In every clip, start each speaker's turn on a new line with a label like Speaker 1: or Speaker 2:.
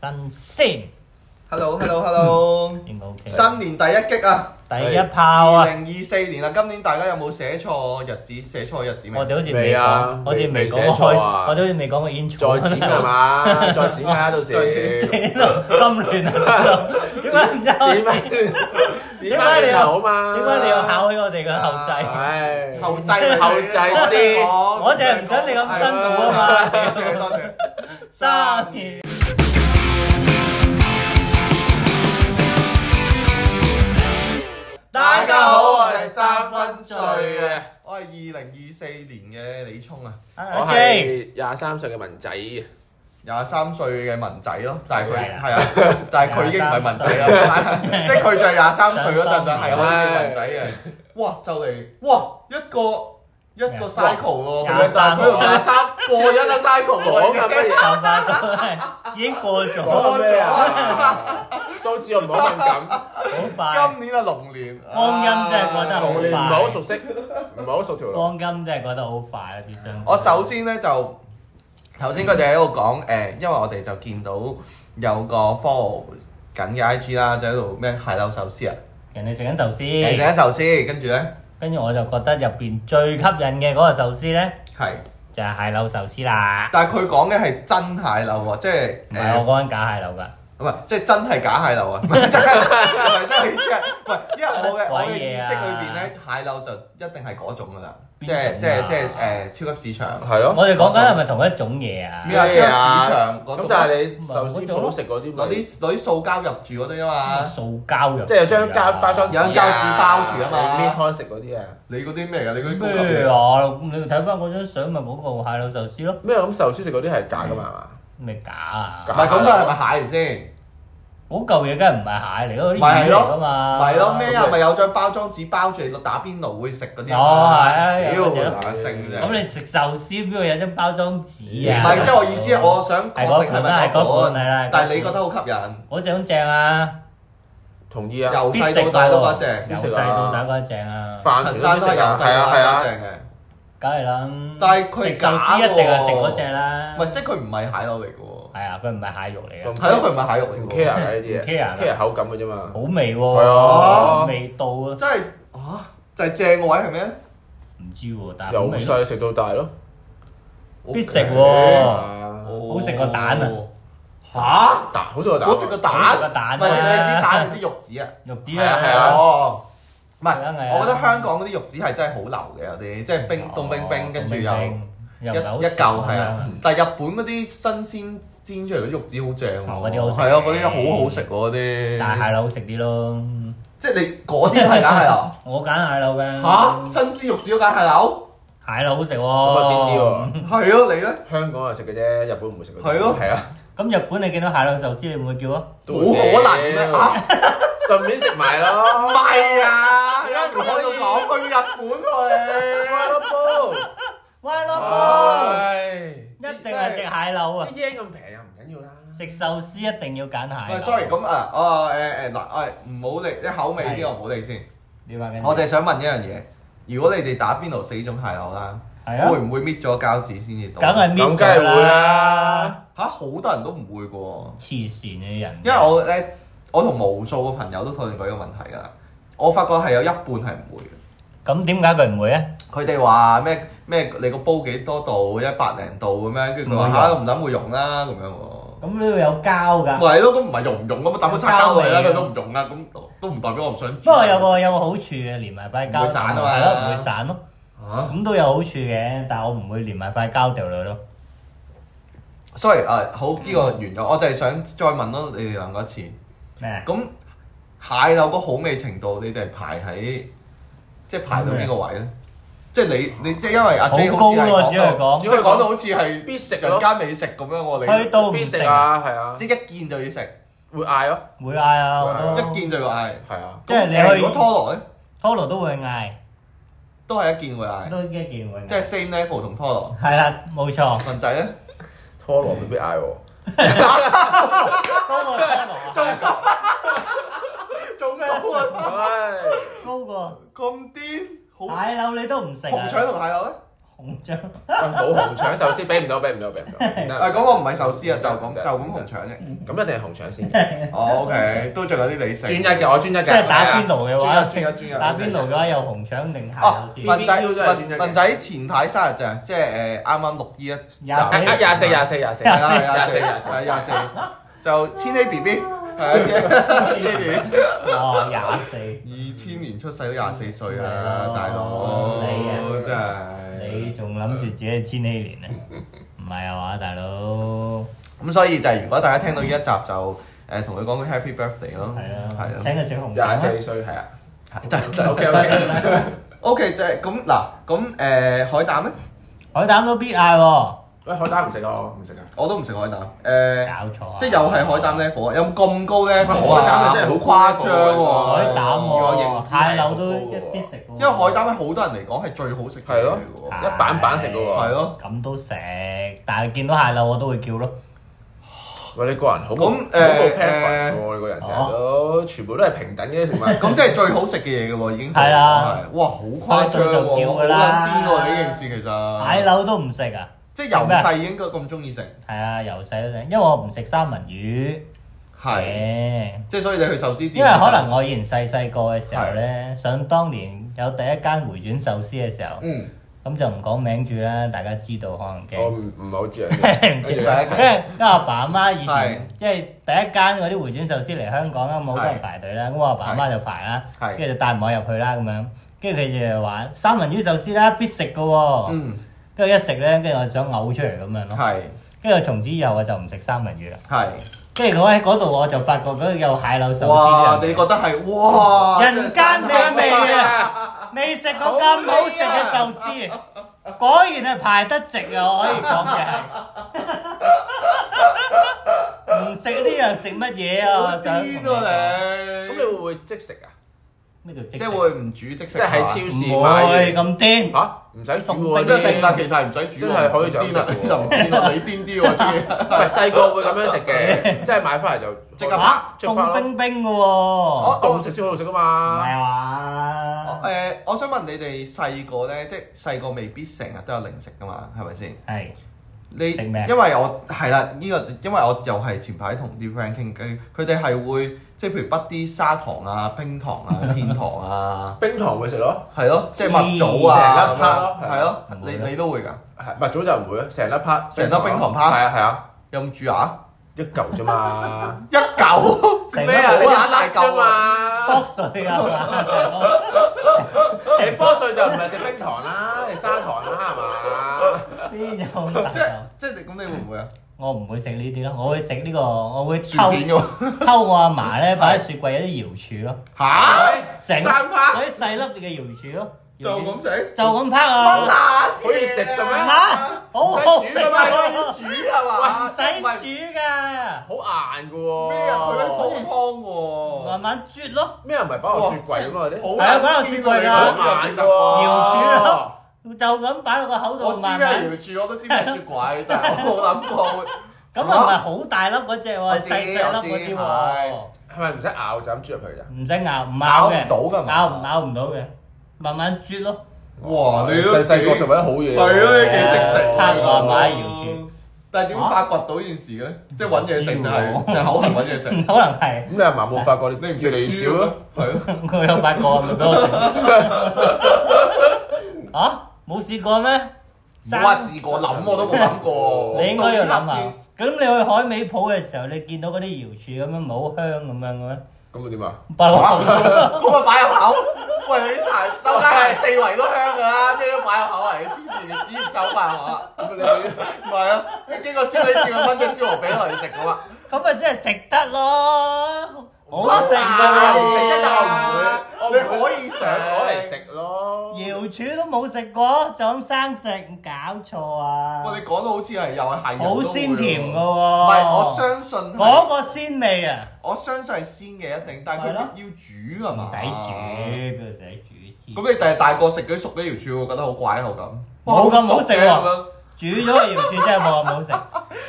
Speaker 1: 新先
Speaker 2: Hello，Hello，Hello，
Speaker 1: 應該 OK。
Speaker 2: 新年第一擊啊！
Speaker 1: 第一炮
Speaker 2: 二
Speaker 1: 啊！
Speaker 2: 零二四年啦，今年大家有冇寫錯日子？寫錯日子未
Speaker 1: 我？哋好似
Speaker 3: 未
Speaker 1: 未
Speaker 3: 啊
Speaker 1: 講，我哋未
Speaker 3: 未
Speaker 1: 講
Speaker 3: 寫
Speaker 1: 開，
Speaker 3: 錯啊
Speaker 1: 我哋好似未講過 intro。
Speaker 3: 再 剪㗎嘛，再剪㗎，到時
Speaker 2: 再剪
Speaker 3: 剪
Speaker 1: 剪到心亂啊！點解唔
Speaker 3: 翻
Speaker 1: 得？
Speaker 3: 剪翻
Speaker 1: 你
Speaker 3: 你頭啊嘛，
Speaker 1: 點解你要考起我哋嘅後
Speaker 3: À.
Speaker 1: 製？
Speaker 3: 唉？
Speaker 2: 後 製
Speaker 3: 後製先
Speaker 1: 我哋係唔想你咁辛苦啊嘛
Speaker 2: 多謝多謝。
Speaker 1: 三
Speaker 2: 三
Speaker 1: 二。
Speaker 2: 大家好，我係
Speaker 3: 係
Speaker 2: 三分醉
Speaker 3: 嘅
Speaker 2: 啊！我係二零二四年嘅李聰啊，
Speaker 3: 我
Speaker 1: 阿 J，
Speaker 3: 係廿三歲嘅文仔，係
Speaker 2: 廿三歲嘅文仔咯，但係佢
Speaker 1: 係啊
Speaker 2: 係啊，但係佢已經唔係文仔啦，但係即係佢就係廿三歲嗰陣就係可以叫文仔嘅。哇！就嚟哇一個一個 cycle 喎，佢
Speaker 1: 啊廿三
Speaker 2: 佢度廿三過一個 cycle 喎，
Speaker 3: 講
Speaker 2: 已經
Speaker 3: 緊乜嘢？
Speaker 1: 頭髮都係已經過咗，好
Speaker 3: 講緊咩啊？數字我唔好敏感，
Speaker 1: 快。
Speaker 2: 今年嘅龍年，
Speaker 1: 光陰真係過得好
Speaker 3: 同你唔係
Speaker 1: 快
Speaker 3: 好熟悉，唔係好熟條路。
Speaker 1: 光金真係覺得好快啊！啲相。
Speaker 2: 我首先咧就頭先佢哋喺度講誒，因為我哋就見到有個 follow 緊嘅 IG 啦，就喺度咩蟹柳壽司啊，
Speaker 1: 人哋食緊壽
Speaker 2: 誒食
Speaker 1: 司，
Speaker 2: 緊壽司，跟住咧
Speaker 1: 跟住我就覺得入邊最吸引嘅嗰個壽司咧，
Speaker 2: 係，
Speaker 1: 就係蟹柳壽司啦。
Speaker 2: 但係佢講嘅係真蟹柳喎，即係
Speaker 1: 唔係
Speaker 2: 誒
Speaker 1: 我講緊假蟹柳㗎，
Speaker 2: 唔係即係真係假 蟹柳啊，唔係真係唔係真係意思係，唔係因為我嘅我嘅
Speaker 1: 鬼
Speaker 2: 意
Speaker 1: 嘢啊
Speaker 2: 識裏邊咧蟹柳就一定係嗰種㗎啦，即
Speaker 1: 邊種
Speaker 2: 係
Speaker 1: 啊
Speaker 2: 即係即係誒超級市場
Speaker 3: 係咯，
Speaker 1: 我哋講緊係咪同一種嘢啊
Speaker 2: 咩？啊超級市場嗰
Speaker 3: 咁
Speaker 2: 度
Speaker 3: 但
Speaker 2: 啊
Speaker 3: 係你壽司鋪食嗰啲
Speaker 2: 攞
Speaker 3: 咪，
Speaker 2: 啲攞啲塑膠入住嗰啲啊 嘛。
Speaker 1: 塑膠入邊啊，
Speaker 3: 即係有張膠包裝紙啊，
Speaker 2: 有張膠紙包住啊嘛
Speaker 3: 你搣開食嗰啲啊。
Speaker 2: 你嗰啲咩㗎？你嗰啲高級
Speaker 1: 咩
Speaker 2: 嘢啊
Speaker 1: 啊？你睇翻嗰張相咪嗰個蟹柳壽司咯，
Speaker 3: 咩咁壽司食嗰啲係假㗎嘛？
Speaker 1: 咩假啊？
Speaker 2: 唔係咁佢係咪蟹嚟先？
Speaker 1: 嗰嚿嘢梗係唔係蟹嚟嗰啲
Speaker 2: 咪係
Speaker 1: 魚
Speaker 2: 咯
Speaker 1: 嚟㗎嘛？
Speaker 2: 咪係咯，咩啊？
Speaker 3: 咁
Speaker 2: 咪有張包裝紙包住你打邊爐會食嗰啲啊
Speaker 1: 哦
Speaker 2: 嘛
Speaker 1: 係啊有嗰隻
Speaker 2: 屌
Speaker 1: 咯
Speaker 2: 嗱性啫。
Speaker 1: 咁你食壽司邊度有張包裝紙
Speaker 2: 唔
Speaker 1: 啊？
Speaker 2: 係即係我意思，我想
Speaker 1: 係嗰
Speaker 2: 確定係
Speaker 1: 款啦，
Speaker 2: 咪
Speaker 1: 係嗰
Speaker 2: 嗰
Speaker 1: 款係啦
Speaker 2: 個？。但係你覺得好吸引，
Speaker 1: 嗰隻好正啊！
Speaker 3: 同意啊。
Speaker 2: 由
Speaker 1: 必食
Speaker 2: 細到大都
Speaker 1: 嗰
Speaker 2: 嗰
Speaker 1: 個
Speaker 2: 隻，
Speaker 1: 由
Speaker 3: 必食
Speaker 1: 細
Speaker 3: 啊
Speaker 1: 到大嗰隻正啊！
Speaker 3: 飯
Speaker 2: 陳生都係由細
Speaker 3: 係啊
Speaker 2: 到
Speaker 3: 係
Speaker 2: 大嗰
Speaker 3: 啊
Speaker 2: 隻，嘅。
Speaker 1: 梗係啦，
Speaker 2: 但係佢
Speaker 1: 食
Speaker 2: 假
Speaker 1: 壽司一
Speaker 2: 喎
Speaker 1: 定係食嗰只啦
Speaker 2: 唔。係即係佢唔係蟹柳嚟嘅
Speaker 1: 係啊，佢唔係蟹肉嚟嘅，
Speaker 3: 咁
Speaker 2: 喎，係咯，佢唔係蟹肉
Speaker 3: 唔
Speaker 2: 嚟嘅
Speaker 3: care 㗎呢啲嘢
Speaker 1: 唔 care 㗎
Speaker 3: ，care 口感嘅啫嘛
Speaker 1: 好。味
Speaker 3: 係啊
Speaker 1: 喎，味道啊
Speaker 2: 喎，，真係啊！就係正個位係咩？
Speaker 1: 唔知喎，但係好
Speaker 3: 由
Speaker 1: 味咯，
Speaker 3: 細食到大咯。
Speaker 1: 必食
Speaker 2: Ờ.
Speaker 3: 係
Speaker 1: 喎，
Speaker 3: 啊
Speaker 2: 哦
Speaker 1: 好食過蛋啊！
Speaker 2: 嚇！
Speaker 3: 蛋好食個蛋。
Speaker 2: 好食個蛋，
Speaker 1: 好食個蛋啊
Speaker 2: 唔係你知蛋係啲肉 子啊。
Speaker 1: 肉子
Speaker 3: 係啊係
Speaker 1: 啊
Speaker 3: 啊，
Speaker 2: 哦，唔係
Speaker 1: 係啊係，啊哦
Speaker 2: 我覺得香港嗰啲肉子係真係好流嘅，有啲即係冰凍冰冰，跟住又
Speaker 1: 又
Speaker 2: 一一嚿係啊。但係日本嗰啲新鮮煎出嚟嗰啲肉子好正
Speaker 1: 哦
Speaker 2: 喎，
Speaker 1: 嗰啲好食
Speaker 2: 係啊，嗰啲好好食喎嗰
Speaker 1: 但係蟹
Speaker 2: 啲，
Speaker 1: 柳好食啲咯，
Speaker 2: 即係你嗰啲係假 蟹柳
Speaker 1: 我揀蟹柳嘅。
Speaker 2: 嚇，新鮮肉子嗰間蟹柳
Speaker 1: 蟹柳好食
Speaker 3: 咁啊癲啲
Speaker 1: 喎。
Speaker 3: 喎。
Speaker 2: 係咯，你咧
Speaker 3: 香港係食嘅啫，日本唔會食嗰啲。
Speaker 2: 係咯
Speaker 3: 係啊，
Speaker 1: 咁日本你見到蟹柳壽司，你會唔會叫啊？
Speaker 3: 都會
Speaker 2: 冇可能嘅
Speaker 3: 屌
Speaker 2: 啊，
Speaker 3: 順便食埋
Speaker 2: 唔
Speaker 3: 咯。
Speaker 2: 係啊，
Speaker 3: 點
Speaker 2: 香
Speaker 3: 解唔
Speaker 2: 港
Speaker 3: 可以
Speaker 2: 度講去日本喎
Speaker 1: 喂，老
Speaker 3: À.
Speaker 1: 婆，
Speaker 3: 唉
Speaker 1: 一定係食蟹柳啊
Speaker 3: 啲！yen 咁平啊，唔緊要啦。
Speaker 1: 食壽司一定要揀蟹
Speaker 2: 你。
Speaker 1: 柳。
Speaker 2: 喂，sorry，咁啊，哦誒誒嗱，誒唔好理啲口味呢啲，我唔好理先。
Speaker 1: 你話緊
Speaker 2: 我就係想問一樣嘢，如果你哋打邊爐四種蟹柳啦，
Speaker 1: 係啊
Speaker 2: 會唔會搣咗膠紙先至到？
Speaker 1: 梗係搣
Speaker 3: 咁梗
Speaker 1: 咗
Speaker 3: 係會
Speaker 1: 啦
Speaker 3: 啦，
Speaker 2: 嚇，好多人都唔會嘅喎，
Speaker 1: 黐線嘅人。
Speaker 2: 因為我咧，我同無數個朋友都討論過呢個問題㗎啦。我發覺係有一半係唔會嘅。
Speaker 1: 咁點解佢唔會咧？
Speaker 2: 佢哋話咩咩？你個煲幾多度？一百零度咁樣，跟住佢話
Speaker 1: 唔會
Speaker 2: 嚇
Speaker 1: 溶
Speaker 2: 唔諗會溶啦咁樣喎。
Speaker 1: 咁呢度有膠
Speaker 2: 咪
Speaker 1: 㗎。
Speaker 2: 係咯，咁唔係溶唔溶咁，抌咗擦膠
Speaker 1: 膠
Speaker 2: 佢啦，
Speaker 1: 味啊
Speaker 2: 佢都唔溶啊，咁都唔代表我唔想煮。
Speaker 1: 不過有個有個好處嘅，連埋塊膠
Speaker 2: 唔會散啊嘛
Speaker 1: 係咯，唔會散咯。
Speaker 2: 嚇
Speaker 1: 咁都有好處嘅，但係我唔會連埋塊膠掉落去咯。
Speaker 2: ，sorry 誒，好呢個完咗，我就係想再問多你哋兩個一次。
Speaker 1: 咩啊？
Speaker 2: 咁蟹柳個好味程度，你哋係排喺即係排到邊個位咧？即係你你即係因為阿 J
Speaker 1: 好
Speaker 2: 好似
Speaker 1: 高
Speaker 2: 係
Speaker 1: 喎啊只可以講
Speaker 2: 講到，只可以講到好似係
Speaker 3: 必食咯
Speaker 2: 人間美食咁樣喎，
Speaker 1: 去
Speaker 2: 你
Speaker 1: 到唔
Speaker 3: 必食
Speaker 1: 食，
Speaker 3: 啊，係啊，
Speaker 2: 即係一見就要食，
Speaker 3: 會嗌咯，
Speaker 1: 會嗌啊！我都
Speaker 2: 一見就要嗌。
Speaker 3: 係啊。
Speaker 1: 即係你
Speaker 2: 誒
Speaker 1: 去
Speaker 2: 如果拖羅咧，
Speaker 1: 拖羅都會嗌，
Speaker 2: 都係一見會嗌，
Speaker 1: 都一件會嗌。
Speaker 2: 即係 same level 同拖羅。
Speaker 1: 係啦，冇錯。
Speaker 2: 文仔咧，
Speaker 3: 拖羅未必嗌喎，
Speaker 1: 高過拖羅，
Speaker 2: 做咩
Speaker 3: 唉，
Speaker 1: 高過
Speaker 2: 咁癲？好
Speaker 1: 蟹柳你都唔食啊！
Speaker 2: 紅腸同蟹柳咧，
Speaker 1: 紅張
Speaker 3: 喂冇紅腸壽司，俾唔到，俾唔到，俾唔到。唔
Speaker 2: 啊，嗰
Speaker 3: 得
Speaker 2: 個唔係壽司啊，就咁
Speaker 3: Dạ.
Speaker 2: 就咁紅腸啫。
Speaker 3: 咁一定係紅腸先嘅，
Speaker 2: 哦，OK，都 Ờ, 仲有啲理性。
Speaker 3: 專一嘅，我專一嘅。
Speaker 1: 即係打邊爐嘅話，
Speaker 2: 專一專一專一
Speaker 1: 打邊爐嘅話有紅腸定蟹
Speaker 2: 哦
Speaker 1: 壽，司，
Speaker 2: 文仔
Speaker 3: BBQ 都係專一
Speaker 2: 文
Speaker 3: 嘅
Speaker 2: 文仔前排生日咋，即係誒啱啱六依一集
Speaker 1: 廿四
Speaker 3: 啊啊
Speaker 2: Dạ,
Speaker 3: 廿四廿四廿四
Speaker 2: 係啊
Speaker 3: 廿四廿
Speaker 2: 廿四
Speaker 3: 四
Speaker 2: 係廿四，就千禧 B B 係啊，千禧 B B
Speaker 1: 哇廿四，
Speaker 2: 二千年出世都廿四歲啦
Speaker 1: 哦，
Speaker 2: 大佬
Speaker 1: 你啊
Speaker 2: 真係
Speaker 1: 你仲諗住自己係千禧年啊？唔係啊嘛，大佬。
Speaker 2: 咁，所以就係如果大家聽到呢一集就誒同佢講句 Happy Birthday 咯，
Speaker 1: 係啊，
Speaker 2: 係
Speaker 1: 請個小紅
Speaker 3: 廿四歲係啊
Speaker 2: 啊，得得
Speaker 3: dạ, ，OK OK。
Speaker 2: OK 就係咁嗱，咁誒海膽咧，
Speaker 1: 海膽都必嗌喎，
Speaker 3: 喂，海膽唔食啊，我唔食啊。
Speaker 2: 我都唔食海膽誒。
Speaker 1: 搞錯啊！
Speaker 2: 即係又係海膽 level 啊！有冇咁高 level
Speaker 3: 海膽
Speaker 2: 啊？
Speaker 3: 係真係
Speaker 2: 好
Speaker 3: 好
Speaker 2: 誇
Speaker 3: 高
Speaker 2: 張
Speaker 3: level
Speaker 2: 喎！
Speaker 3: 啊
Speaker 1: 海膽
Speaker 3: 我認知係
Speaker 1: 喎，蟹柳都
Speaker 3: 好高喎
Speaker 1: 一必食喎。
Speaker 2: 因為海膽喺好多人嚟講係最好食嘅嘢嚟㗎喎。
Speaker 3: 一板板食嘅喎
Speaker 2: 係咯
Speaker 1: 咁都食，但係見到蟹柳我都會叫咯。
Speaker 3: 喂，你個人好冇
Speaker 2: 咁
Speaker 3: 好
Speaker 2: 誒
Speaker 3: 冇 preference
Speaker 2: 誒
Speaker 3: 喎，你個人成日都全部都係平等嘅食物。
Speaker 2: 咁即係最好食嘅嘢嘅喎，已經
Speaker 1: 係啦
Speaker 2: 係哇，好誇張
Speaker 1: 開到就
Speaker 2: 喎，
Speaker 1: 叫
Speaker 2: 好
Speaker 1: 㗎
Speaker 2: 撚
Speaker 1: 啦
Speaker 2: 癲喎！呢件事其
Speaker 1: 蟹
Speaker 2: 實，
Speaker 1: 柳都唔食啊？
Speaker 2: 即係由細應該咁中意食，
Speaker 1: 係啊，由細都食，因為我唔食三文魚
Speaker 2: 係
Speaker 1: 嘅，
Speaker 2: 即係所以你去壽司店，
Speaker 1: 因為可能我以前細細個嘅時候咧，想當年有第一間回轉壽司嘅時候，
Speaker 2: 嗯
Speaker 1: 咁就唔講名住啦，大家知道可能嘅。
Speaker 3: 我唔唔係好知啊。
Speaker 1: 唔知啦，因為因為阿爸阿媽以
Speaker 2: 係
Speaker 1: 前即係第一間嗰啲回轉壽司嚟香港啦，咁好多人排隊啦，咁我阿爸阿媽就排啦，
Speaker 2: 係
Speaker 1: 跟住就帶埋我入去啦咁樣，跟住佢就話三文魚壽司啦，必食嘅喎，
Speaker 2: 嗯
Speaker 1: 跟住一食咧，跟住我就想嘔出嚟咁樣咯，
Speaker 2: 係
Speaker 1: 跟住從此以後我就唔食三文魚啦，
Speaker 2: 係，
Speaker 1: 跟住我喺嗰度我就發覺嗰度有蟹柳
Speaker 2: 哇
Speaker 1: 壽！
Speaker 2: 你
Speaker 1: 司
Speaker 2: 覺得係哇
Speaker 1: 人間
Speaker 3: 啱味啊！
Speaker 1: 啊，未食過咁
Speaker 2: 啊
Speaker 1: 好食嘅壽司，果然係排得直啊，我可以講嘅係。 唔食呢樣食乜嘢啊？
Speaker 2: 好
Speaker 1: 我想
Speaker 2: 癲
Speaker 1: 同講
Speaker 2: 喎
Speaker 3: 咁你
Speaker 2: 你！
Speaker 3: 會唔會即食啊？
Speaker 1: 咩叫即
Speaker 2: 即係會唔煮即食，啊
Speaker 3: 即係喺超
Speaker 1: 唔
Speaker 3: 市
Speaker 1: 會
Speaker 3: 買嘢
Speaker 1: 咁癲？
Speaker 3: 嚇，唔使煮
Speaker 1: 凍
Speaker 3: 喎
Speaker 1: 冰
Speaker 2: 咩定
Speaker 3: 啲。
Speaker 2: 但其實係唔使煮喎，
Speaker 3: 真係可以上
Speaker 2: 癲啦，啊
Speaker 3: 手喎
Speaker 2: 就唔癲啦，你癲啲喎，中
Speaker 3: 唔係細個會咁樣食嘅，即係買翻嚟就
Speaker 2: 即刻
Speaker 3: 開
Speaker 1: 嚇
Speaker 2: 啊
Speaker 3: 即刻咯
Speaker 1: 凍冰冰嘅喎，
Speaker 2: 哦
Speaker 3: 凍食先好食噶
Speaker 1: 唔
Speaker 3: 嘛。
Speaker 1: 係
Speaker 2: 意。
Speaker 1: 話
Speaker 2: 誒，我想問你哋細個咧，即係細個未必成日都有零食噶嘛，係咪先？
Speaker 1: 係
Speaker 2: 你
Speaker 1: 食咩
Speaker 2: 因為我係啦，呢、個因為我又係前排同啲 friend 傾偈，佢哋係會即係譬如筆啲砂糖啊、冰糖啊、 片糖啊，
Speaker 3: 冰糖會食咯，
Speaker 2: 係咯，即係蜜棗啊咁
Speaker 3: 成粒啪咯
Speaker 2: 樣，係咯，
Speaker 1: 唔會
Speaker 2: 你
Speaker 1: 咯
Speaker 2: 你都會㗎，
Speaker 3: 係唔係早就唔會啦，成粒啪，
Speaker 2: 成粒冰糖啪
Speaker 3: 係啊係啊，
Speaker 2: 有冇蛀牙？
Speaker 3: 一嚿啫嘛。
Speaker 2: 一嚿
Speaker 1: 成
Speaker 3: 咩
Speaker 1: 粒
Speaker 3: 啊？你
Speaker 2: 好乸
Speaker 3: 打
Speaker 2: 大
Speaker 3: 大
Speaker 2: 嚿
Speaker 3: 嚿
Speaker 1: 剝
Speaker 3: 啊！
Speaker 1: 碎啊 嘛！
Speaker 3: 你波碎就唔係食冰糖啦，你砂糖啦係嘛？
Speaker 1: 邊有咁大
Speaker 2: 即
Speaker 1: 嚿
Speaker 2: 係？即係你咁，你會唔會啊？
Speaker 1: 我唔會食呢啲咯，我會食呢個，我會
Speaker 2: 薯
Speaker 1: 抽
Speaker 2: 片㗎喎
Speaker 1: 偷我阿嫲咧，擺喺雪櫃有啲瑤柱咯，
Speaker 2: 嚇，
Speaker 1: 成
Speaker 2: 生
Speaker 1: 嗰
Speaker 2: 花
Speaker 1: 啲細粒嘅瑤柱咯，
Speaker 2: 就
Speaker 1: 瑤柱
Speaker 2: 咁食，
Speaker 1: 就咁拍
Speaker 2: 乜
Speaker 1: 啊！
Speaker 2: 難
Speaker 3: 可以食嘅咩
Speaker 1: 嚇，好好食
Speaker 2: 唔係
Speaker 1: 啊
Speaker 2: 要！煮係嘛？
Speaker 1: 唔使煮㗎，
Speaker 3: 好硬嘅喎。
Speaker 2: 咩啊？佢喺煲
Speaker 1: 慢
Speaker 2: 湯喎，
Speaker 1: 慢啜咯，
Speaker 3: 咩啊？唔係擺落雪櫃咁啊？啲
Speaker 1: 係啊擺落雪櫃㗎
Speaker 2: 好
Speaker 3: 好硬嘅
Speaker 1: 搖
Speaker 3: 喎。
Speaker 1: 柱咯就咁擺落個口
Speaker 2: 我
Speaker 1: 度
Speaker 2: 知
Speaker 1: 慢
Speaker 2: 咩
Speaker 1: 慢。
Speaker 2: 係瑤柱，我都知咩係雪櫃，但係我冇諗過會。
Speaker 1: 咁啊唔係好大粒嗰只
Speaker 2: 我
Speaker 1: 喎，
Speaker 2: 知
Speaker 1: 細細粒嗰啲喎
Speaker 2: 我，
Speaker 3: 係咪唔使咬就咁啜入去咋？
Speaker 1: 唔使咬，唔咬嘅，
Speaker 2: 咬唔到㗎嘛
Speaker 1: 咬唔咬唔到嘅，慢慢啜咯。
Speaker 2: 哇！你都
Speaker 3: 細細個食為咗好嘢。
Speaker 2: 係咯，你幾識食
Speaker 1: 啊
Speaker 3: Ờ.
Speaker 1: 貪
Speaker 2: 喎
Speaker 1: 我買瑤柱。
Speaker 2: 但係點發掘到呢件事嘅咧？即係揾嘢食就係
Speaker 1: 啊我
Speaker 2: 就係口痕揾 嘢
Speaker 1: 可能
Speaker 2: 食，
Speaker 1: 係
Speaker 3: 咁你阿嫲冇發覺
Speaker 2: 你
Speaker 3: 你
Speaker 2: 唔
Speaker 3: 越
Speaker 2: 食
Speaker 3: 嚟越少
Speaker 2: 書
Speaker 3: 咯？
Speaker 2: 咯，係咯。
Speaker 1: 佢有八個咪俾我食。啊，冇試過咩？
Speaker 2: 冇話試過諗我都冇諗過。
Speaker 1: 你應該要諗下。咁你去海味鋪嘅時候，你見到嗰啲瑤柱咁樣冇香咁樣嘅咩？
Speaker 3: 咁啊點啊？
Speaker 1: 不嬲
Speaker 2: 咁啊擺入口，喂你行收街行四圍都香㗎啦，咩都擺入口嚟，黐線嘅屎走飯我啊！
Speaker 3: 咁你俾
Speaker 2: 唔係啊，你經過燒味店揾隻燒鵝髀落嚟食㗎嘛。
Speaker 1: 咁咪真係食得咯，好啊
Speaker 2: 好
Speaker 1: 食
Speaker 2: 難
Speaker 1: 㗎。
Speaker 2: 食
Speaker 3: 食
Speaker 2: 得
Speaker 3: 得
Speaker 2: 我唔
Speaker 3: 我唔
Speaker 2: 會
Speaker 3: 會，
Speaker 2: 我唔會
Speaker 3: 攞嚟食咯。
Speaker 1: 瑤柱都冇食過，就咁生食，搞錯啊！
Speaker 2: 哇！你講到好似係又係係人
Speaker 1: 好
Speaker 2: 都會喎
Speaker 1: 鮮甜㗎喎。
Speaker 2: 唔係，我相信係
Speaker 1: 嗰個鮮味啊，
Speaker 2: 我相信係鮮嘅一定，但係佢
Speaker 1: 係咯
Speaker 2: 要煮㗎
Speaker 1: 唔
Speaker 2: 嘛。
Speaker 1: 使煮，邊度使煮？
Speaker 2: 咁你第日大個食嗰啲熟啲瑤柱，會覺得好怪口感。哇
Speaker 1: 冇咁好食
Speaker 2: 熟嘅
Speaker 1: 喎
Speaker 2: 咁樣
Speaker 1: 煮咗個瑤柱真係冇咁好食。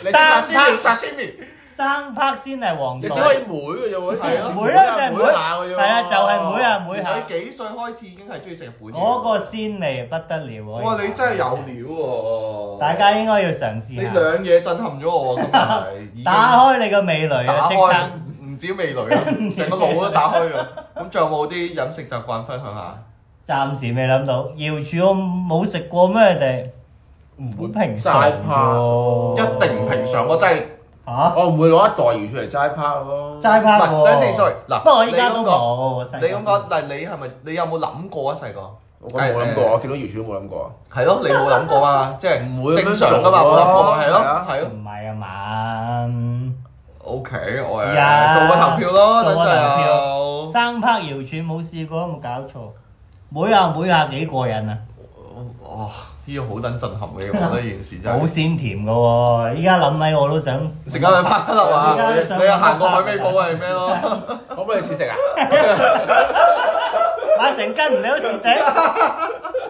Speaker 2: 你食沙
Speaker 1: 三
Speaker 2: 鮮
Speaker 1: 餐
Speaker 2: 沙鮮麵，
Speaker 1: 生拍先係黃
Speaker 3: 你
Speaker 1: 道
Speaker 3: 只。可以妹嘅啫喎，
Speaker 2: 係
Speaker 3: 呢
Speaker 2: 啊
Speaker 3: 啲
Speaker 1: 妹啊就係妹
Speaker 3: 下嘅啫喎。
Speaker 1: 係啊，就係每下每下
Speaker 2: 你幾歲開始已經係中意食日本嘢？
Speaker 1: 嗰個鮮味不得了喎！
Speaker 2: 哇！你真係有料喎！
Speaker 1: 大家應該要嘗
Speaker 2: 你
Speaker 1: 試
Speaker 2: 兩
Speaker 1: 下。
Speaker 2: 嘢震撼咗我，今 日
Speaker 1: 打開你個味蕾啊！
Speaker 2: 打
Speaker 1: 即
Speaker 2: 開
Speaker 1: 刻
Speaker 2: 唔止味 蕾啊，成個腦都打開咗。咁仲有冇啲飲食習慣分享下？
Speaker 1: 暫時未諗到，瑤柱我冇食過咩？你哋唔會平常
Speaker 3: 齋拍
Speaker 1: 喎
Speaker 2: 一定唔平常，我真係
Speaker 1: 嚇
Speaker 3: 我唔會攞一袋魚出嚟齋拋咯。
Speaker 1: 齋
Speaker 2: 唔
Speaker 1: 拍
Speaker 2: 係
Speaker 1: 喎。
Speaker 2: 等先，sorry。嗱，
Speaker 1: 不過我依家
Speaker 2: 你
Speaker 1: 都
Speaker 2: 咁
Speaker 1: 冇
Speaker 2: 講，
Speaker 1: 我細個
Speaker 2: 你咁講，嗱，你係咪你有冇諗過啊？細個
Speaker 3: 我冇諗過，我見到魚柱都冇諗過啊。
Speaker 2: 係咯，你冇諗過 啊？即係
Speaker 3: 唔會咁樣
Speaker 2: 正常噶嘛，冇諗過
Speaker 3: 做
Speaker 2: 係
Speaker 3: 係
Speaker 2: 咯
Speaker 3: 啊，
Speaker 2: 係咯。
Speaker 1: 唔係啊嘛，
Speaker 2: O K，我
Speaker 1: 試下
Speaker 2: 誒做個投票咯，等
Speaker 1: 做個投
Speaker 2: 陣
Speaker 1: 票
Speaker 2: 有。
Speaker 1: 生拍瑤柱冇試過，有冇搞錯？每下每下幾過癮啊！
Speaker 2: 哦，呢個好撚震撼嘅， 我覺得呢件事真
Speaker 1: 好
Speaker 2: 係。
Speaker 1: 鮮甜嘅喎，依家諗起我都想。
Speaker 2: 成間去拍得落
Speaker 1: 而
Speaker 2: 啊！
Speaker 1: 家都想
Speaker 2: 你又行過海味鋪係咩咯？
Speaker 3: 可唔可以試食啊？
Speaker 1: 買成斤唔理好試食，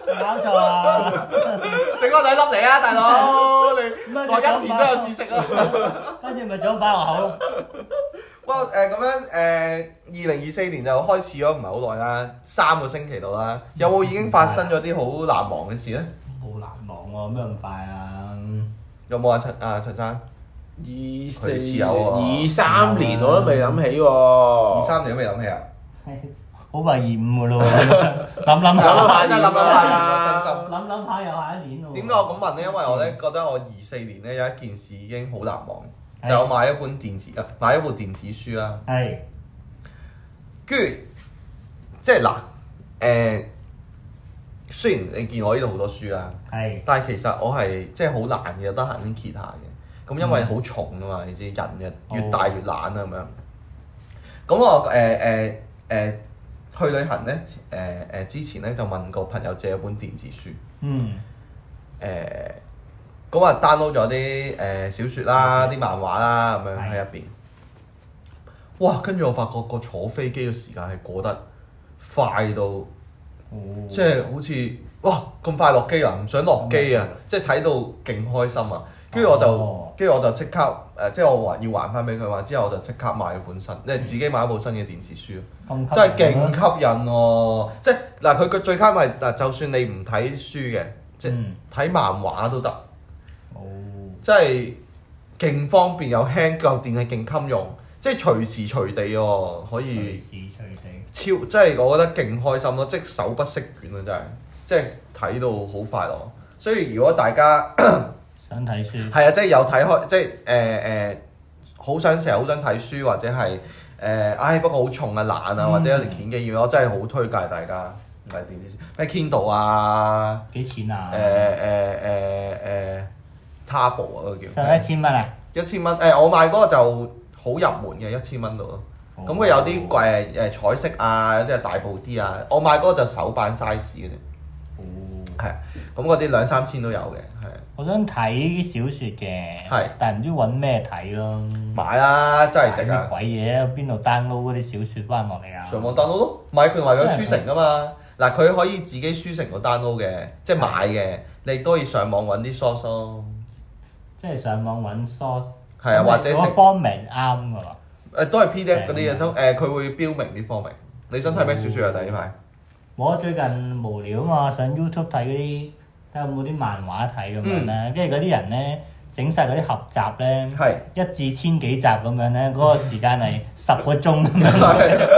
Speaker 1: 搞錯啊！
Speaker 2: 整個底粒嚟啊，大 佬！
Speaker 1: 唔
Speaker 2: 你
Speaker 1: 係你
Speaker 2: 落一田都有試食啊！
Speaker 1: 跟住咪想擺落口咯。
Speaker 2: 哇誒咁樣誒，二零二四年就開始咗，唔係好耐啦，三個星期到啦。有冇已經發生咗啲好難忘嘅事咧？
Speaker 1: 好難忘喎，咩咁快啊？
Speaker 2: 有冇啊陳啊陳生？
Speaker 3: 二四
Speaker 2: 佢知有喎
Speaker 3: 二三年我都未諗起喎。
Speaker 2: 二三年都未諗起啊！
Speaker 1: 好快二五噶咯喎，諗諗
Speaker 3: 諗
Speaker 1: 下，
Speaker 3: 下
Speaker 2: 真係諗諗下，真心。
Speaker 1: 諗諗下又下一年咯喎。
Speaker 2: 點解我咁問咧？因為我咧覺得我二四年咧有一件事已經好難忘，
Speaker 1: 係
Speaker 2: 就我買一本電子啊，買一部電子書啦。
Speaker 1: 係
Speaker 2: 跟住即係嗱誒，雖然你見我呢度好多書啦，
Speaker 1: 係
Speaker 2: 但係其實我係即係好懶嘅，得閒先揭下嘅。咁因為好重啊嘛，你知人嘅越大越懶啊咁樣。咁我誒誒誒去旅行咧誒誒之前咧就問個朋友借一本電子書。
Speaker 1: 嗯
Speaker 2: 誒咁啊 download 咗啲誒小説啦、啲漫畫啦咁樣
Speaker 1: 嗯係
Speaker 2: 喺入邊。哇！跟住我發覺個坐飛機嘅時間係過得快到，
Speaker 1: 哦
Speaker 2: 即係好似哇咁快落機啊，唔想落機啊
Speaker 1: 嗯！
Speaker 2: 即係睇到勁開心啊！跟住我
Speaker 1: 哦
Speaker 2: 就，跟住我就即刻誒，即係我還要還翻俾佢嘛。之後我就即刻買咗本新，即係自己買一部新嘅電子書。
Speaker 1: 嗯咁吸
Speaker 2: 真係
Speaker 1: 引
Speaker 2: 勁
Speaker 1: 啊
Speaker 2: 吸引喎、即係嗱，佢佢最卡咪嗱，就算你唔睇書嘅，即係
Speaker 1: 嗯
Speaker 2: 睇漫畫都得，
Speaker 1: 哦
Speaker 2: 即係勁方便又輕，夠電係勁襟用，即係隨時隨地喎、可
Speaker 1: 隨
Speaker 2: 以
Speaker 1: 時隨地。
Speaker 2: 超，即係我覺得勁開心咯，即係手不釋卷啊！真係，即係睇到好快樂。所以如果大家
Speaker 1: 想睇書，
Speaker 2: 係啊，即係有睇開，即係誒誒，好、想成日好想睇書或者係誒，唉、不過好重啊懶啊，或者有條件嘅嘢，我真係好推介大家。唔係電子書咩 Kindle 啊，
Speaker 1: 幾錢啊
Speaker 2: 誒誒？誒誒 Table 啊，嗰個
Speaker 1: 就一
Speaker 2: 叫
Speaker 1: 千蚊啊！
Speaker 2: 一千蚊。誒，我買嗰個就好入門嘅，一千蚊度咯。
Speaker 1: 哦
Speaker 2: 咁佢有啲貴誒彩色啊，有啲係大部啲啊。我買嗰個就手板 size 嘅啫，
Speaker 1: 哦
Speaker 2: 係啊。咁嗰啲兩三千都有嘅，係啊。
Speaker 1: 我想睇小説嘅，
Speaker 2: 係
Speaker 1: 但係唔知揾咩睇咯。
Speaker 2: 買啦，真係值
Speaker 1: 買
Speaker 2: 啊
Speaker 1: 乜！鬼嘢？邊度 download 嗰啲小説翻落嚟啊？
Speaker 2: 上網 download 咯，買佢話有書城噶嘛。嗱，佢可以自己書城個 download 嘅，即係買嘅，你都可以上網揾啲 source 咯。
Speaker 1: 即係上網揾 source，
Speaker 2: 係啊，或者直
Speaker 1: 個 format 啱噶啦。
Speaker 2: 誒都係 PDF 嗰啲嘢都誒，佢會標明啲方明。你想睇咩小説啊？第呢排
Speaker 1: 我最近無聊啊嘛，上 YouTube 睇嗰啲，睇下有冇啲漫畫睇咁樣咧，跟住嗰啲人咧整晒嗰啲合集咧，
Speaker 2: 嗯係
Speaker 1: 一至千幾集咁樣咧，嗰、個時間係 十個鐘咁樣，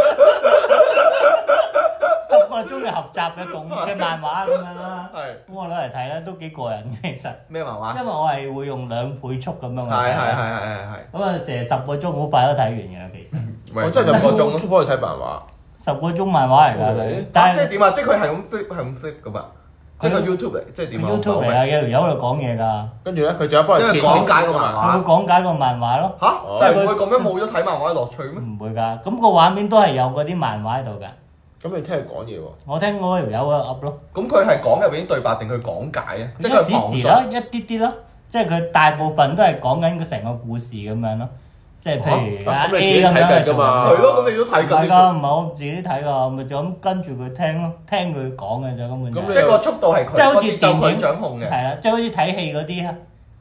Speaker 1: 十個鐘嘅合集嘅共嘅漫畫咁樣啦。
Speaker 2: 係
Speaker 1: 咁我攞嚟睇咧都幾過癮嘅其實，
Speaker 2: 咩漫畫？
Speaker 1: 因為我係會用兩倍速咁樣去
Speaker 2: 係
Speaker 1: 睇。
Speaker 2: 係係係係
Speaker 1: 咁啊，成日十個鐘好快都睇完嘅啦，其實
Speaker 2: 係。
Speaker 3: 我真係
Speaker 2: 十
Speaker 3: 就
Speaker 2: 個
Speaker 3: 個
Speaker 2: 鐘啊咯。
Speaker 3: 鐘可以睇漫畫。
Speaker 1: 十個鐘漫畫嚟㗎佢
Speaker 3: 哦，
Speaker 2: 啊
Speaker 1: 但
Speaker 2: 即係
Speaker 1: 係
Speaker 2: 點啊？即係佢係咁 flip 係咁 flip 噶嘛？即係個
Speaker 1: 係咯
Speaker 2: YouTube 嚟，即係點啊？我唔係好
Speaker 1: YouTube à? 嚟
Speaker 2: 明
Speaker 1: 啊，有條友喺度講嘢㗎。
Speaker 3: 跟住咧，佢仲有幫
Speaker 2: 即係
Speaker 3: 人揭
Speaker 2: 講解個漫畫
Speaker 1: 佢會講解個漫畫咯，
Speaker 2: 嚇，但係唔會咁樣冇咗睇漫畫嘅樂趣咩？
Speaker 1: 唔會㗎。咁個畫面都係有嗰啲漫畫喺度㗎。
Speaker 3: 咁你聽佢講嘢喎。
Speaker 1: 我聽嗰條友喺度 up 咯，
Speaker 2: 咁佢係講入邊對白定佢講解啊？即
Speaker 1: 佢
Speaker 2: 係佢
Speaker 1: 一
Speaker 2: 旁
Speaker 1: 時
Speaker 2: 述
Speaker 1: 時。咯，一啲啲咯，即係佢大部分都係講緊佢成個故事咁樣咯。即係譬如
Speaker 3: 啊
Speaker 1: 啊
Speaker 3: 咁
Speaker 1: A
Speaker 3: 你自己
Speaker 1: 咁
Speaker 3: 睇
Speaker 1: 樣
Speaker 3: 緊
Speaker 1: 做
Speaker 3: 㗎嘛
Speaker 2: 係咯，咁你都睇
Speaker 1: 唔
Speaker 2: 緊
Speaker 1: 係
Speaker 2: 呢
Speaker 1: 㗎，
Speaker 2: 個
Speaker 1: 唔係我自己睇㗎，咪就咁跟住佢聽咯，聽佢講嘅啫，根本就
Speaker 3: 咁
Speaker 2: 即係個速度係佢，
Speaker 1: 即係好
Speaker 2: 個
Speaker 1: 似
Speaker 2: 節奏
Speaker 1: 電
Speaker 2: 佢
Speaker 1: 影啊
Speaker 2: 掌控嘅。
Speaker 1: 係啦，即係好似睇戲嗰啲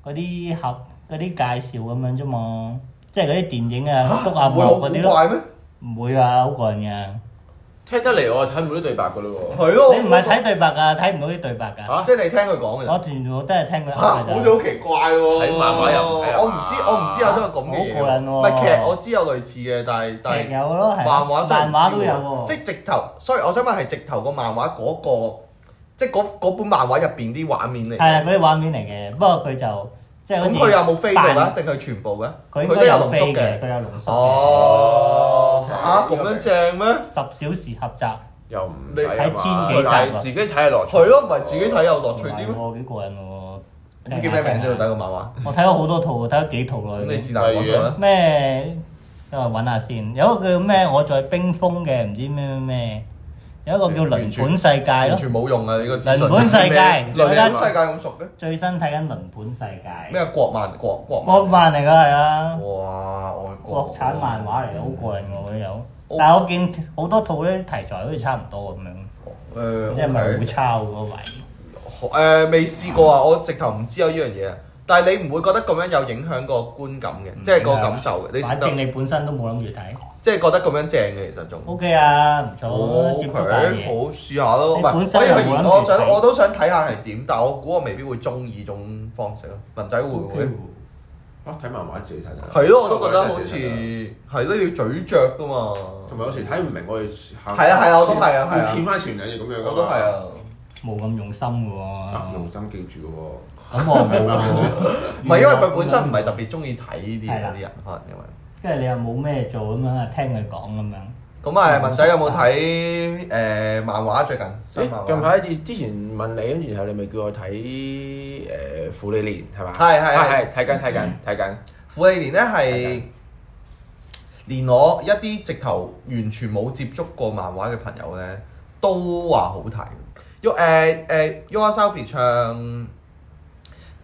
Speaker 1: 嗰啲盒嗰啲介紹咁樣啫嘛。即係嗰啲電影啊，篤下
Speaker 2: 會好
Speaker 1: 幕
Speaker 2: 古
Speaker 1: 嗰啲咯，
Speaker 2: 怪咩？
Speaker 1: 唔會啊，好過癮㗎。
Speaker 3: 聽得嚟我睇唔到啲對白噶咯
Speaker 2: 係咯，
Speaker 1: 你唔係睇對白㗎，睇唔到啲對白㗎。
Speaker 3: 嚇
Speaker 2: 即係你聽佢講嘅咋
Speaker 1: 我全部都係聽佢噏
Speaker 2: 嚇，好
Speaker 1: 㗎
Speaker 2: 似
Speaker 1: 咋。
Speaker 2: 好奇怪喎！
Speaker 3: 睇漫畫又唔睇啊
Speaker 2: 我唔知我唔知有咗個咁嘅嘢
Speaker 1: 好過癮
Speaker 2: 喎，
Speaker 1: 喎
Speaker 2: 唔係劇我知有類似嘅，但係但係
Speaker 1: 劇。有咯，係啊
Speaker 2: 漫畫真係唔
Speaker 1: 漫畫
Speaker 2: 知
Speaker 1: 都有喎。
Speaker 2: 即係直頭。所以我想問係直頭個漫畫嗰、個，即係嗰嗰本漫畫入邊啲畫面
Speaker 1: 係
Speaker 2: 嚟
Speaker 1: 啦，啊
Speaker 2: 嘅。
Speaker 1: 嗰啲畫面嚟嘅，不過佢就即係好
Speaker 2: 咁
Speaker 1: 似
Speaker 2: 佢有冇飛到咧？
Speaker 1: 扮
Speaker 2: 定係全部嘅？
Speaker 1: 佢
Speaker 2: 佢
Speaker 1: 應
Speaker 2: 都
Speaker 1: 該
Speaker 2: 有
Speaker 1: 有
Speaker 2: 濃縮
Speaker 1: 飛嘅，
Speaker 2: 嘅。
Speaker 1: 佢有濃縮嘅。
Speaker 2: 哦，
Speaker 3: 哦
Speaker 2: 啊咁樣正咩？
Speaker 1: 十小時合集，
Speaker 3: 喎，又唔啊
Speaker 2: 你
Speaker 1: 睇千幾集啊
Speaker 3: 但係
Speaker 1: 喎
Speaker 3: 自己睇係樂趣。
Speaker 2: 係咯，唔係自己睇有樂趣
Speaker 1: 唔係
Speaker 2: 哦啲咩？
Speaker 1: 喎，幾過癮喎。
Speaker 2: 咁叫咩名啫？睇個漫畫，
Speaker 1: 我睇咗好多套，睇咗幾套啦
Speaker 2: 咁
Speaker 1: 已
Speaker 2: 你
Speaker 1: 經。
Speaker 2: 是但揾佢
Speaker 1: 啊
Speaker 2: 啦。
Speaker 1: 咩？我揾下先，有一個叫咩？我在冰封嘅，唔知咩咩咩，有一個叫
Speaker 2: 完
Speaker 1: 輪
Speaker 2: 全
Speaker 1: 盤世界
Speaker 2: 完
Speaker 1: 咯。
Speaker 2: 全冇用啊！你個資訊。
Speaker 1: 輪盤世界，
Speaker 2: 輪
Speaker 1: 最
Speaker 2: 盤
Speaker 1: 新
Speaker 2: 世界咁熟嘅，
Speaker 1: 最新睇緊輪盤世界。
Speaker 2: 咩啊哦國漫國國漫？
Speaker 1: 國漫嚟㗎係啊，
Speaker 2: 哇！外國
Speaker 1: 國產漫畫嚟嘅，好過癮我都有
Speaker 2: 好。
Speaker 1: 但係我見好多套咧題材好似差唔多咁樣，
Speaker 2: 誒，
Speaker 1: 即係咪
Speaker 2: OK
Speaker 1: 好抄嗰位？
Speaker 2: 哦誒、未試過啊！我直頭唔知有呢樣嘢，但係你唔會覺得咁樣有影響個觀感嘅，即係個感受嘅。你
Speaker 1: 嗯啊反正你本身都冇諗住睇。
Speaker 2: 即係覺得咁樣正嘅，其實仲
Speaker 1: O K 啊，唔錯，接
Speaker 2: 哦 OK，
Speaker 1: 觸下嘢。
Speaker 2: 好試下咯。唔
Speaker 1: 你
Speaker 2: 係，
Speaker 1: 本身
Speaker 2: 所以
Speaker 1: 又冇諗
Speaker 2: 佢
Speaker 1: 住
Speaker 2: 我想
Speaker 1: 睇
Speaker 2: 我都想睇下係點，但我估我未必會中意呢種方式咯。文仔會唔會？
Speaker 3: 啊，睇漫畫自己睇睇。
Speaker 2: 係咯，我都覺得好
Speaker 3: 自
Speaker 2: 似
Speaker 3: 己睇睇
Speaker 2: 係咯，要咀嚼噶嘛。
Speaker 3: 同埋有時睇唔明，我哋係
Speaker 2: 係啊係啊我都係啊係啊
Speaker 3: 要掀翻全兩嘢咁樣㗎嘛
Speaker 2: 我都係啊，
Speaker 1: 冇咁用心嘅喎。
Speaker 3: 啊，用心記住喎。
Speaker 1: 咁我冇喎。
Speaker 2: 唔係因為佢本身唔係特別中意睇呢啲嘢嗰啲人，可能因為。
Speaker 1: 跟住你又冇咩做咁樣啊，聽佢講咁樣。
Speaker 2: 咁啊，文仔有冇睇誒漫畫最近新漫
Speaker 3: 誒
Speaker 2: 畫？
Speaker 3: 近排之之前問你，跟住然後你咪叫我睇誒《苦你年》係嘛？
Speaker 2: 係係係嗯
Speaker 3: 啊係睇緊睇緊睇緊。
Speaker 2: 傅利年咧係連我一啲直頭完全冇接觸過漫畫嘅朋友咧，都話好睇。喐誒誒 y o a s a b i 唱誒、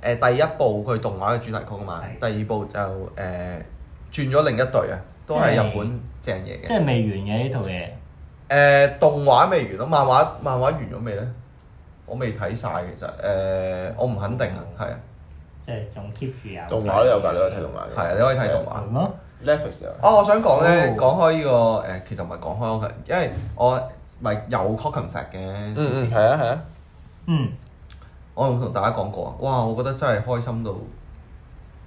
Speaker 2: 呃第一部佢動畫嘅主題曲啊嘛，第二部就誒、呃、轉咗另一隊啊，都係
Speaker 1: 即係
Speaker 2: 日本正嘢嘅。
Speaker 1: 即
Speaker 2: 誒、
Speaker 1: 係未完嘅呢套嘢，
Speaker 2: 呃、動畫未完咯，漫畫漫畫完咗未咧？我未睇晒其實誒、呃我唔肯定啊，係啊，
Speaker 1: 即係仲 keep 住有。
Speaker 3: 動畫都有㗎，你可以睇動畫嘅。
Speaker 2: 係啊，你可以睇動畫。
Speaker 1: 係咯。
Speaker 3: Netflix 有。
Speaker 2: 哦，我想講
Speaker 1: 哦
Speaker 2: 咧，講開呢個誒，其實唔係講開我，因為我咪有 Cocken Fact 嘅之
Speaker 3: 嗯嗯，
Speaker 2: 前，
Speaker 3: 係啊係啊。
Speaker 1: 嗯，
Speaker 2: 我有同大家講過，啊哇！我覺得真係開心到，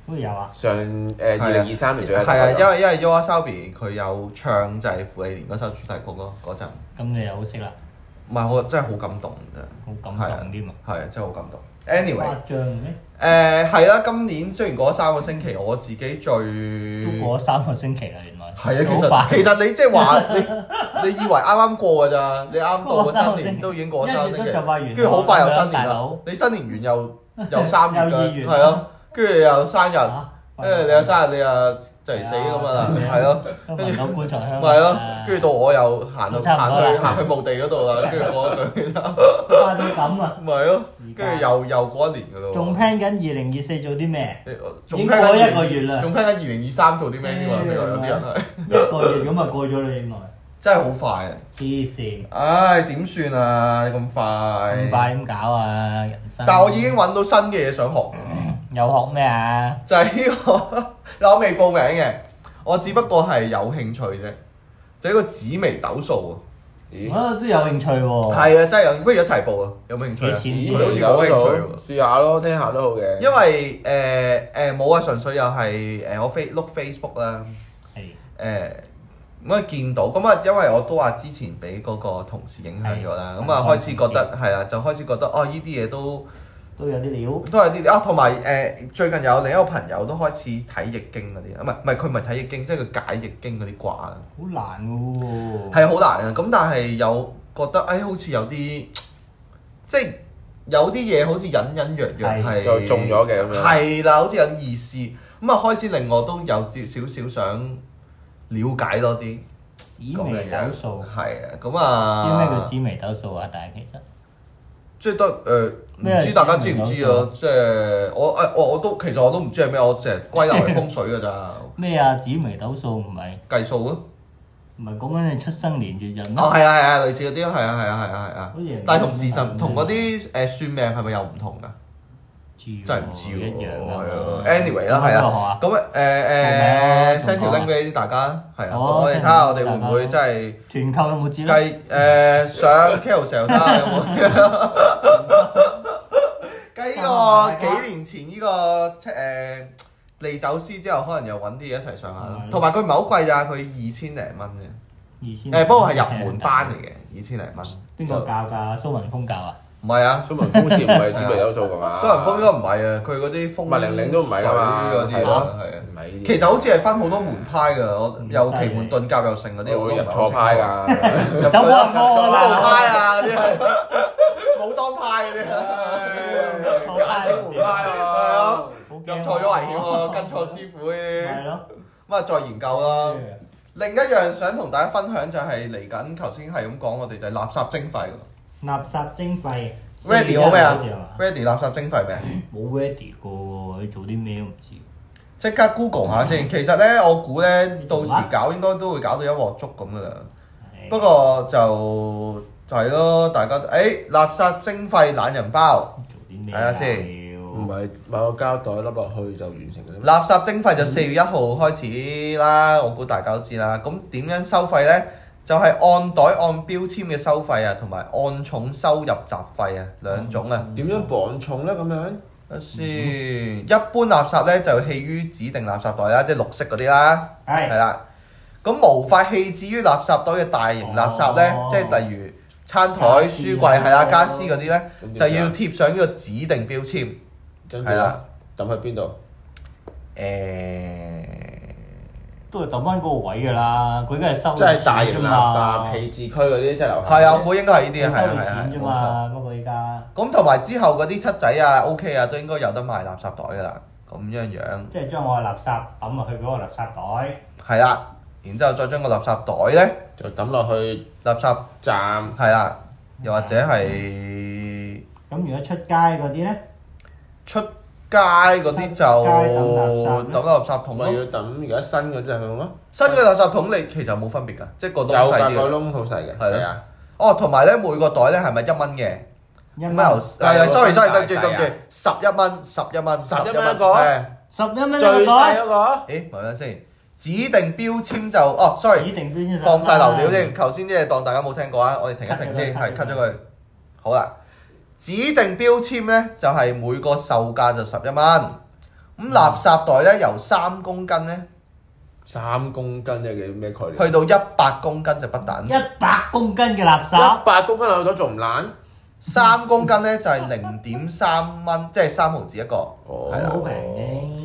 Speaker 1: 都有啊。
Speaker 3: 上誒二零二三年最後一集
Speaker 2: 係啊，因為因為 y o a s o b i 佢有唱就係傅里年嗰首主題曲咯，嗰陣，
Speaker 1: 咁你又好識啦，
Speaker 2: 唔係我真係好感動真係，
Speaker 1: 好感動添啊。
Speaker 2: 係啊，真係好感動。anyway，
Speaker 1: 誇張咩？
Speaker 2: 誒係啦，今年雖然嗰三個星期我自己最 Ừ.
Speaker 1: 都過咗三個星期啦，原來。
Speaker 2: 係
Speaker 1: 好
Speaker 2: 啊，
Speaker 1: 快
Speaker 2: 其實其實你即係話你，你以為啱啱過㗎咋？你啱到嗰三年都已經過咗三個
Speaker 1: 一
Speaker 2: 星
Speaker 1: 月都就快完
Speaker 2: 期，
Speaker 1: 啦
Speaker 2: 跟住好快又新年
Speaker 1: 大
Speaker 2: 啦
Speaker 1: 佬。
Speaker 2: 你新年完又 又三月
Speaker 1: 又二
Speaker 2: 㗎，
Speaker 1: 月啊
Speaker 2: 係啊，跟住又生日，
Speaker 1: 嚇
Speaker 2: 跟住你又生日，你又就嚟死咁樣啦，
Speaker 1: 啊
Speaker 2: 係咯，
Speaker 1: 都聞到棺材香。
Speaker 2: 咪係咯，
Speaker 1: Ờ.
Speaker 2: 跟住到我又行到
Speaker 1: 差唔多
Speaker 2: 行
Speaker 1: 啦
Speaker 2: 去行去墓地嗰度啦，跟住 嗰句
Speaker 1: 到到咁啊，
Speaker 2: 咪係咯
Speaker 1: 時間，
Speaker 2: 跟住又又過一年㗎
Speaker 1: 仲
Speaker 2: 咯喎。
Speaker 1: plan 緊二零二四做啲咩？
Speaker 2: 你
Speaker 1: 已經
Speaker 2: 聽緊
Speaker 1: 過一
Speaker 2: 20
Speaker 1: 個月啦
Speaker 2: 仲聽緊二零二三做啲咩添啊？
Speaker 1: 嗯
Speaker 2: 即係有啲人係
Speaker 1: 一個月咁啊過咗啦，原來。
Speaker 2: 真係好快啊！
Speaker 1: 黐線，
Speaker 2: 唉，點算啊？咁快，
Speaker 1: 咁快點搞啊？人生。
Speaker 2: 但我已經揾到新嘅嘢想學，
Speaker 1: 有學咩啊？
Speaker 2: 就係呢、個。 嗱，我未報名嘅，我只不過係有興趣啫。就係一個紫微斗數
Speaker 3: 咦？
Speaker 1: 啊都有興趣
Speaker 2: 啊，
Speaker 1: 喎。
Speaker 2: 係啊，真係有，不如一齊報啊！有冇興趣啊？
Speaker 1: 幾錢
Speaker 3: 咦
Speaker 2: 好似冇興趣喎
Speaker 3: 試下咯，聽下都好嘅。
Speaker 2: 因為誒誒冇啊，純粹又係誒我 face 碌 Facebook 啦，
Speaker 1: 係。
Speaker 2: 誒咁啊見到咁啊，因為我都話之前俾嗰個同事影響咗啦，
Speaker 1: 係
Speaker 2: 咁啊開始覺得係啦，就開始覺得哦呢啲嘢都。
Speaker 1: 都有啲料。
Speaker 2: 都係啲啊，同埋誒最近有另一個朋友都開始睇易經嗰啲啊，唔係唔係佢唔係睇易經，即係佢解易經嗰啲卦啊，
Speaker 1: 好難嘅喎。
Speaker 2: 係好難啊。咁但係又覺得誒、哎好似有啲即係有啲嘢好似隱隱約約
Speaker 1: 係
Speaker 2: 係
Speaker 3: 就中咗嘅咁樣
Speaker 2: 係啦，好似有啲意思咁啊，開始令我都有少少想了解多啲
Speaker 1: 紫
Speaker 2: 咁
Speaker 1: 微
Speaker 2: 樣
Speaker 1: 斗
Speaker 2: 樣，
Speaker 1: 數。
Speaker 2: 係啊，
Speaker 1: 知
Speaker 2: 咁
Speaker 1: 咩叫
Speaker 2: 啊，
Speaker 1: 紫微斗數啊？但係其實
Speaker 2: 即係得呃誒，唔
Speaker 1: 咩係
Speaker 2: 知大家知唔知
Speaker 1: 紫微斗
Speaker 2: 啊？即係我誒，我我都其實我都唔知係咩，我淨係歸納為風水㗎咋，
Speaker 1: 咩啊？紫微斗數唔係
Speaker 2: 計數咯。
Speaker 1: 唔係講緊你出生年月日咩？
Speaker 2: 哦，係啊係啊，類似嗰啲係啊係啊係啊係啊
Speaker 1: 嗯好似人，嗯
Speaker 2: 但係同時
Speaker 1: 咁樣
Speaker 2: 辰同嗰啲誒算命係咪又唔同㗎？
Speaker 1: 知喎
Speaker 2: 真係唔知
Speaker 1: 哦一樣
Speaker 2: 喎，
Speaker 1: 㗎嘛
Speaker 2: 係啊，anyway 啦，係
Speaker 1: 邊個學啊
Speaker 2: 啊，咁誒
Speaker 1: 報名啊
Speaker 2: 誒 send 條
Speaker 1: 報名啊
Speaker 2: link 俾大家，係啊，咁
Speaker 1: 哦
Speaker 2: 我哋
Speaker 1: send
Speaker 2: 睇下我哋
Speaker 1: 俾
Speaker 2: 會
Speaker 1: 大家
Speaker 2: 唔會真係
Speaker 1: 團購有冇知咧？
Speaker 2: 計誒上 Carousell 睇下有冇，
Speaker 1: 嗯
Speaker 2: 計呢個幾年前呢個誒利走師之後，可能又揾啲嘢一齊上下咯，
Speaker 1: 嗯
Speaker 2: 同埋佢唔係好貴咋，佢二千零蚊啫。
Speaker 1: 二千
Speaker 2: 誒，不過係入門班嚟嘅，二千零蚊。
Speaker 1: 邊個教㗎？蘇文峰教啊？
Speaker 2: 唔係啊，
Speaker 3: 蘇文峰好似唔係知未有數㗎嘛？
Speaker 2: 蘇仁峰應該唔係啊，佢嗰啲風
Speaker 3: 麥玲玲都唔係㗎嘛
Speaker 2: 水嗰啲啊，係啊。
Speaker 3: 唔係呢啲
Speaker 2: 其實好似係分好多門派㗎，我
Speaker 1: 嗯
Speaker 2: 有奇門遁甲又剩嗰啲，我
Speaker 3: 我
Speaker 2: 都唔
Speaker 3: 入
Speaker 2: 係好
Speaker 3: 錯
Speaker 2: 清
Speaker 3: 派
Speaker 2: 楚。
Speaker 3: 㗎。
Speaker 2: 入
Speaker 1: 走
Speaker 2: 啦，
Speaker 1: 啦
Speaker 2: 走路派啊嗰啲， 武當派 嗰啲，
Speaker 3: 簡稱胡派啊！
Speaker 2: 入錯咗危險喎，跟錯師傅
Speaker 1: 係
Speaker 2: 嘅，
Speaker 1: 咯，
Speaker 2: 咁啊再研究啦。另一樣想同大家分享就係嚟緊，頭先係咁講，我哋就係垃圾徵費喎
Speaker 1: 垃圾徵費
Speaker 2: Ready 好未
Speaker 1: 四一一嗰啲係
Speaker 2: 啊
Speaker 1: 嘛
Speaker 2: ？Ready 垃圾徵費未？
Speaker 1: 冇 ready 過喎，你做啲咩都唔知。
Speaker 2: 即刻 Google 下先。其實呢，我估呢，到時搞應該都會搞到一鍋粥咁噶啦。不過就就係咯，大家誒、哎垃圾徵費懶人包。
Speaker 1: 做啲咩
Speaker 2: 睇下先
Speaker 3: 唔
Speaker 1: 要
Speaker 3: 係買個膠袋笠落去就完成嘅啦。
Speaker 2: 垃圾徵費
Speaker 1: 嗯
Speaker 2: 就四月一號開始啦，我估大家都知啦。咁點樣收費呢？就係、按袋按標籤嘅收費啊，同埋按重收入雜費啊，兩種啊。
Speaker 3: 點樣磅重咧？咁樣
Speaker 1: 哦
Speaker 2: 睇下先，一般垃圾呢就棄於指定垃圾袋啦，即係綠色嗰啲啦，係
Speaker 1: 係
Speaker 2: 啦。咁無法棄置於垃圾袋嘅大型垃圾呢，
Speaker 1: 哦
Speaker 2: 即係例如餐台、
Speaker 1: 傢俬啊哦
Speaker 2: 書櫃係啦、家私嗰啲呢。
Speaker 3: 咁點
Speaker 2: 就要
Speaker 3: 㗎
Speaker 2: 貼上呢個指定標籤。
Speaker 3: 跟住
Speaker 2: 係啦
Speaker 3: 啦，抌喺邊度？
Speaker 2: 誒，
Speaker 1: 都係抌翻嗰個位㗎啦，佢梗係收
Speaker 3: 即係大型
Speaker 1: 錢
Speaker 3: 垃
Speaker 1: 啫嘛
Speaker 3: 圾棄置區嗰啲，即係樓下
Speaker 2: 係啊，我估應該係呢
Speaker 1: 佢
Speaker 2: 啲
Speaker 1: 哦
Speaker 2: 啊，係
Speaker 1: 收
Speaker 2: 啊
Speaker 1: 你
Speaker 2: 係啊
Speaker 1: 錢啫
Speaker 2: 係啊，
Speaker 1: 嘛，不過依家
Speaker 2: 冇錯。咁同埋之後嗰啲七仔啊、OK 啊，都應該有得賣垃圾袋噶啦。咁樣樣
Speaker 1: 即係將我嘅垃圾抌落去嗰個垃圾袋，
Speaker 2: 係啦，然之後再將個垃圾袋呢，
Speaker 3: 就抌落去
Speaker 2: 垃圾
Speaker 3: 站。
Speaker 2: 係啦，又或者係
Speaker 1: 咁如果出街嗰啲咧，
Speaker 2: 出街嗰啲就
Speaker 1: 出街抌垃圾呢
Speaker 2: 抌垃圾
Speaker 3: 同
Speaker 2: 桶
Speaker 3: 埋
Speaker 2: 咯
Speaker 3: 要。抌而家新嗰啲就去用咯，
Speaker 2: 新嘅垃圾桶你其實冇分別㗎，即係個
Speaker 3: 有
Speaker 2: 窿細
Speaker 3: 㗎
Speaker 2: 啲
Speaker 3: 個
Speaker 2: 㗎。
Speaker 3: 窿好細嘅，
Speaker 2: 係啊
Speaker 3: 係啊，
Speaker 2: 哦，同埋呢，每個袋呢係咪一蚊嘅？
Speaker 1: 一
Speaker 2: 咁由
Speaker 1: 蚊
Speaker 2: 係係
Speaker 3: 就
Speaker 2: sorry sorry，對
Speaker 3: 大
Speaker 2: 唔住
Speaker 3: 細
Speaker 2: 對唔住
Speaker 3: 啊，
Speaker 2: 十一蚊，十一蚊，
Speaker 3: 11蚊一個
Speaker 2: 係
Speaker 1: 十一蚊一
Speaker 3: 最
Speaker 1: 個
Speaker 3: 細
Speaker 1: 袋，
Speaker 3: 嗰個
Speaker 2: 咦，咪咪先，指定標籤就哦
Speaker 1: 指
Speaker 2: ，sorry，
Speaker 1: 定邊
Speaker 2: 放晒流料先。頭先啲嘢當大家冇聽過啊，我哋停一停先，係
Speaker 1: cut 咗佢 cut
Speaker 2: cut 咗
Speaker 1: 咗
Speaker 2: 佢。好啦，指定標籤呢就係每個售價就十一蚊。咁垃圾袋呢，由三公斤呢
Speaker 3: 三公斤嘅幾咩概念？
Speaker 2: 去到一百公斤就不等，
Speaker 1: 一百公斤嘅垃圾
Speaker 3: 一，百公斤兩袋仲唔爛？
Speaker 2: 三公斤呢就係零點三 蚊，即係三毫子一個。
Speaker 3: 哦
Speaker 2: 係啦
Speaker 1: 好平嘅。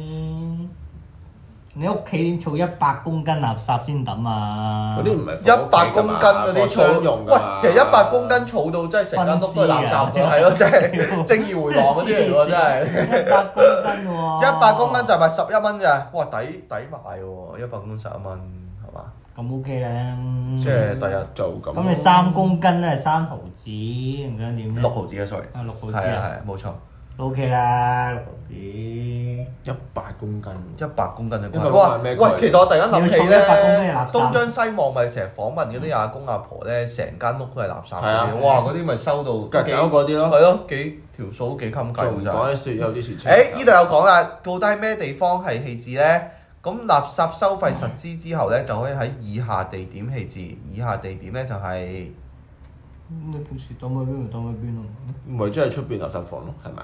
Speaker 1: 你屋企點儲一百公斤垃圾先抌啊？
Speaker 3: 嗰啲唔係
Speaker 2: 一百公斤嗰啲
Speaker 3: 商
Speaker 2: 儲，
Speaker 3: 用㗎
Speaker 2: 喂
Speaker 3: 嘛，
Speaker 2: 其實一百公斤儲到真係成間屋都係垃圾㗎，係咯，真係正義回廊嗰啲嚟喎，真係。
Speaker 1: 一百公斤喎，
Speaker 2: 一百公斤就賣十一蚊咋，哇抵抵買喎！一百公斤十一蚊係嘛？
Speaker 1: 咁 OK 咧。
Speaker 2: 即係第日
Speaker 3: 做咁。
Speaker 1: 咁你三公斤咧係三毫子，唔想點咧？
Speaker 2: 六毫子嘅 sorry，
Speaker 1: 啊六毫子
Speaker 2: 係啊係
Speaker 1: 啊
Speaker 2: 啊冇錯，
Speaker 1: à? ，OK 啦，六毫子。你
Speaker 3: 一百公斤，
Speaker 2: 一百公斤
Speaker 3: 一
Speaker 2: 嘅
Speaker 3: 百公斤
Speaker 2: 哇！
Speaker 3: 係咩
Speaker 2: 喂，
Speaker 3: 概念
Speaker 2: 其實我突然間諗起
Speaker 1: 你要儲一百公斤嘅
Speaker 2: 咧
Speaker 1: 垃，圾
Speaker 2: 東張西望咪成日訪問嗰啲阿公阿婆咧，成間屋都係垃圾
Speaker 3: 係
Speaker 2: 嗰
Speaker 3: 啊
Speaker 2: 啲，哇！嗰啲咪收到
Speaker 3: 腳
Speaker 2: 幾
Speaker 3: 走嗰啲咯，
Speaker 2: 係咯，幾條數都幾襟計
Speaker 3: 仲
Speaker 2: 㗎
Speaker 3: 唔
Speaker 2: 咋。
Speaker 3: 講啲雪有啲雪車。
Speaker 2: 誒呢度有講啦，到底咩地方係棄置呢？咁垃圾收費實施之後呢，就可以喺以下地點棄置。以下地點呢，就係、
Speaker 1: 平時抌喺邊咪抌喺邊咯。
Speaker 3: 唔係即係出邊垃圾房咯，係咪？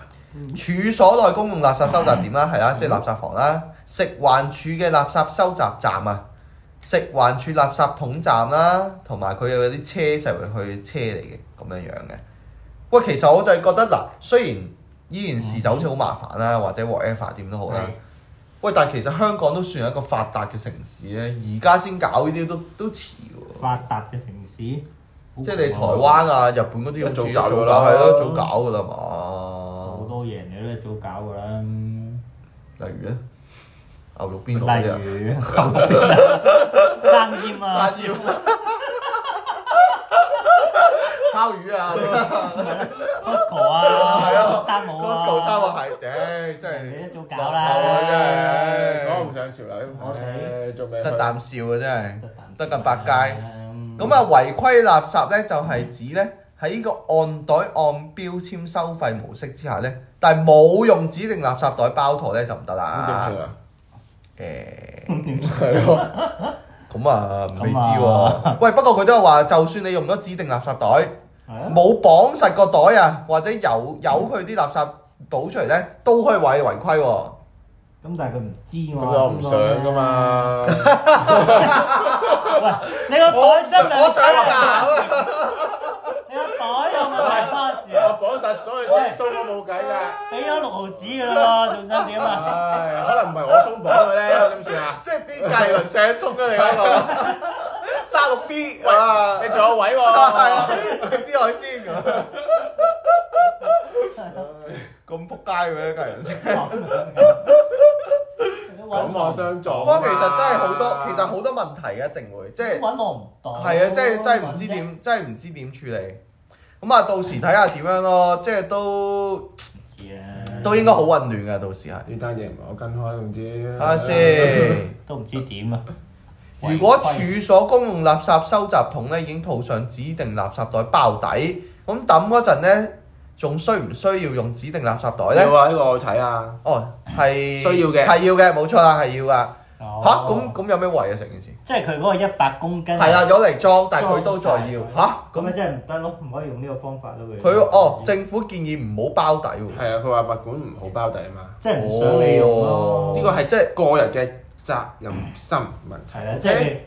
Speaker 2: 處所內公用垃圾收集點啦，啊係啦，即係垃圾房啦。食環署嘅垃圾收集站啊，食環署垃圾桶站啦，同埋佢有啲車就係去車嚟嘅咁樣樣嘅。喂，其實我就係覺得嗱，雖然呢件事就好似好麻煩啦，或者 whatever 點都好啦。喂，但係其實香港都算係一個發達嘅城市咧，而家先搞呢啲都都遲喎。
Speaker 1: 發達嘅城市，即
Speaker 2: 即係你台灣啊、日本嗰啲咁
Speaker 3: 一早
Speaker 2: 早
Speaker 3: 搞
Speaker 2: 搞
Speaker 3: 咗啦
Speaker 2: 係咯，早搞㗎啦
Speaker 1: 好
Speaker 2: 嘛。
Speaker 1: 多嘢你都係早搞㗎啦。
Speaker 2: 例如咧，牛肉邊爐嗰啲啊，
Speaker 1: 例如生醃啊，
Speaker 2: 山腰、烤魚啊
Speaker 1: Costco ờ, 啊，山姆啊
Speaker 2: ，Costco 三個係，唉，真
Speaker 1: 你
Speaker 2: 係
Speaker 1: 都早搞啦
Speaker 2: 落後啊真係
Speaker 3: 講唔上潮流，
Speaker 1: 我睇
Speaker 3: 誒做咩？
Speaker 2: 得啖笑啊，真係
Speaker 1: 得啖
Speaker 2: 得咁百佳。
Speaker 1: 嗯
Speaker 2: 咁啊，違規垃圾呢，就係指呢喺呢個按袋按標籤收費模式之下呢，但係冇用指定垃圾袋包妥呢就唔得
Speaker 3: 咁點
Speaker 2: 啦
Speaker 3: 算。啊？
Speaker 2: 誒、
Speaker 3: 係咯，
Speaker 2: 咁啊未知
Speaker 1: 咁啊
Speaker 2: 喎。喂，不過佢都有話，就算你用咗指定垃圾袋，
Speaker 1: 係啊
Speaker 2: 冇綁實個袋啊，或者有有佢啲垃圾倒出嚟呢，都可以話你違規喎。
Speaker 1: 咁但係佢唔知
Speaker 3: 咁
Speaker 1: 嘛。
Speaker 3: 我唔想噶嘛。
Speaker 1: 你個袋真係
Speaker 2: 我想㗎。
Speaker 1: 你個袋有冇大巴士啊？
Speaker 3: 我綁實咗佢鬆鬆都冇計㗎。
Speaker 1: 俾咗六毫子㗎喎，仲想點 啊？
Speaker 3: 唉，可能唔係我鬆綁佢咧，點算 啊？
Speaker 2: 即係啲計輪寫鬆咗你嗰個三六 B 啊！
Speaker 3: 你仲有 位
Speaker 2: 係啊
Speaker 3: 喎。，
Speaker 2: 食啲海鮮咁。咁撲街嘅一家人
Speaker 3: 咁我相撞。
Speaker 2: 不過其實真係好多，其實好多問題嘅一定會，即係
Speaker 1: 揾我唔到。
Speaker 2: 係啊，即
Speaker 1: 哦
Speaker 2: 係真係唔知。點，真係唔知點處理。咁啊，到時睇下點樣咯，即係都都應該好混亂嘅，到時係。
Speaker 3: 呢單嘢唔係我跟開，總之。
Speaker 2: 睇下。先。
Speaker 1: 都唔知點啊！
Speaker 2: 如果處所公用垃圾收集桶咧已經套上指定垃圾袋包底，咁抌嗰陣咧，仲需唔需要用指定垃圾袋咧
Speaker 3: 有？啊，呢個我睇啊。
Speaker 2: 哦，係
Speaker 3: 需要嘅
Speaker 2: 係要嘅，冇錯啦，係要噶。
Speaker 1: 嚇
Speaker 2: 吓，咁咁有咩為啊？成件事
Speaker 1: 即係佢嗰個一百公斤
Speaker 2: 係啦，啊攞嚟裝，但係佢都再要
Speaker 1: 裝
Speaker 2: 吓，
Speaker 1: 咁咪
Speaker 2: 咁
Speaker 1: 真係唔得咯，唔可以用呢個方法咯。佢
Speaker 2: 佢哦，政府建議唔好包底喎。
Speaker 3: 係啊，佢話物管唔好包底啊嘛。
Speaker 1: 即係唔想你用
Speaker 2: 哦
Speaker 1: 咯。
Speaker 3: 呢
Speaker 1: 呢
Speaker 3: 個
Speaker 1: 個
Speaker 3: 係即係個人嘅責任心問題。
Speaker 1: 係啦，即係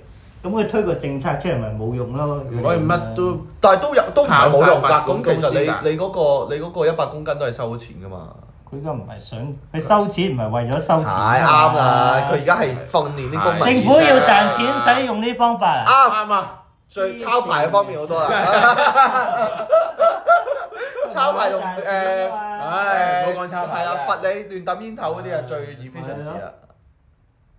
Speaker 1: 咁佢推個政策出嚟咪冇用咯。
Speaker 3: 如果係乜都
Speaker 2: 但係都有都唔係冇用㗎，
Speaker 3: 靠晒物管
Speaker 2: 咁其實
Speaker 3: 公司㗎
Speaker 2: 你你嗰個你嗰個一百公斤都係收錢㗎嘛，
Speaker 1: 佢而家唔係想佢收錢，唔係為咗收
Speaker 2: 係
Speaker 1: 錢。啊
Speaker 2: 啱啦，佢而家係訓練啲公民
Speaker 1: 政
Speaker 2: 意識
Speaker 1: 府要賺錢，使用呢方法啊！
Speaker 2: 啱。
Speaker 3: 啱啊！
Speaker 2: 最抄牌嘅方面好多啦， 抄牌同誒
Speaker 1: 啊
Speaker 3: 唉，唔好講抄牌啊
Speaker 2: 係啦，罰
Speaker 3: 你。
Speaker 2: 你亂抌煙頭嗰啲啊係最 efficient 啦。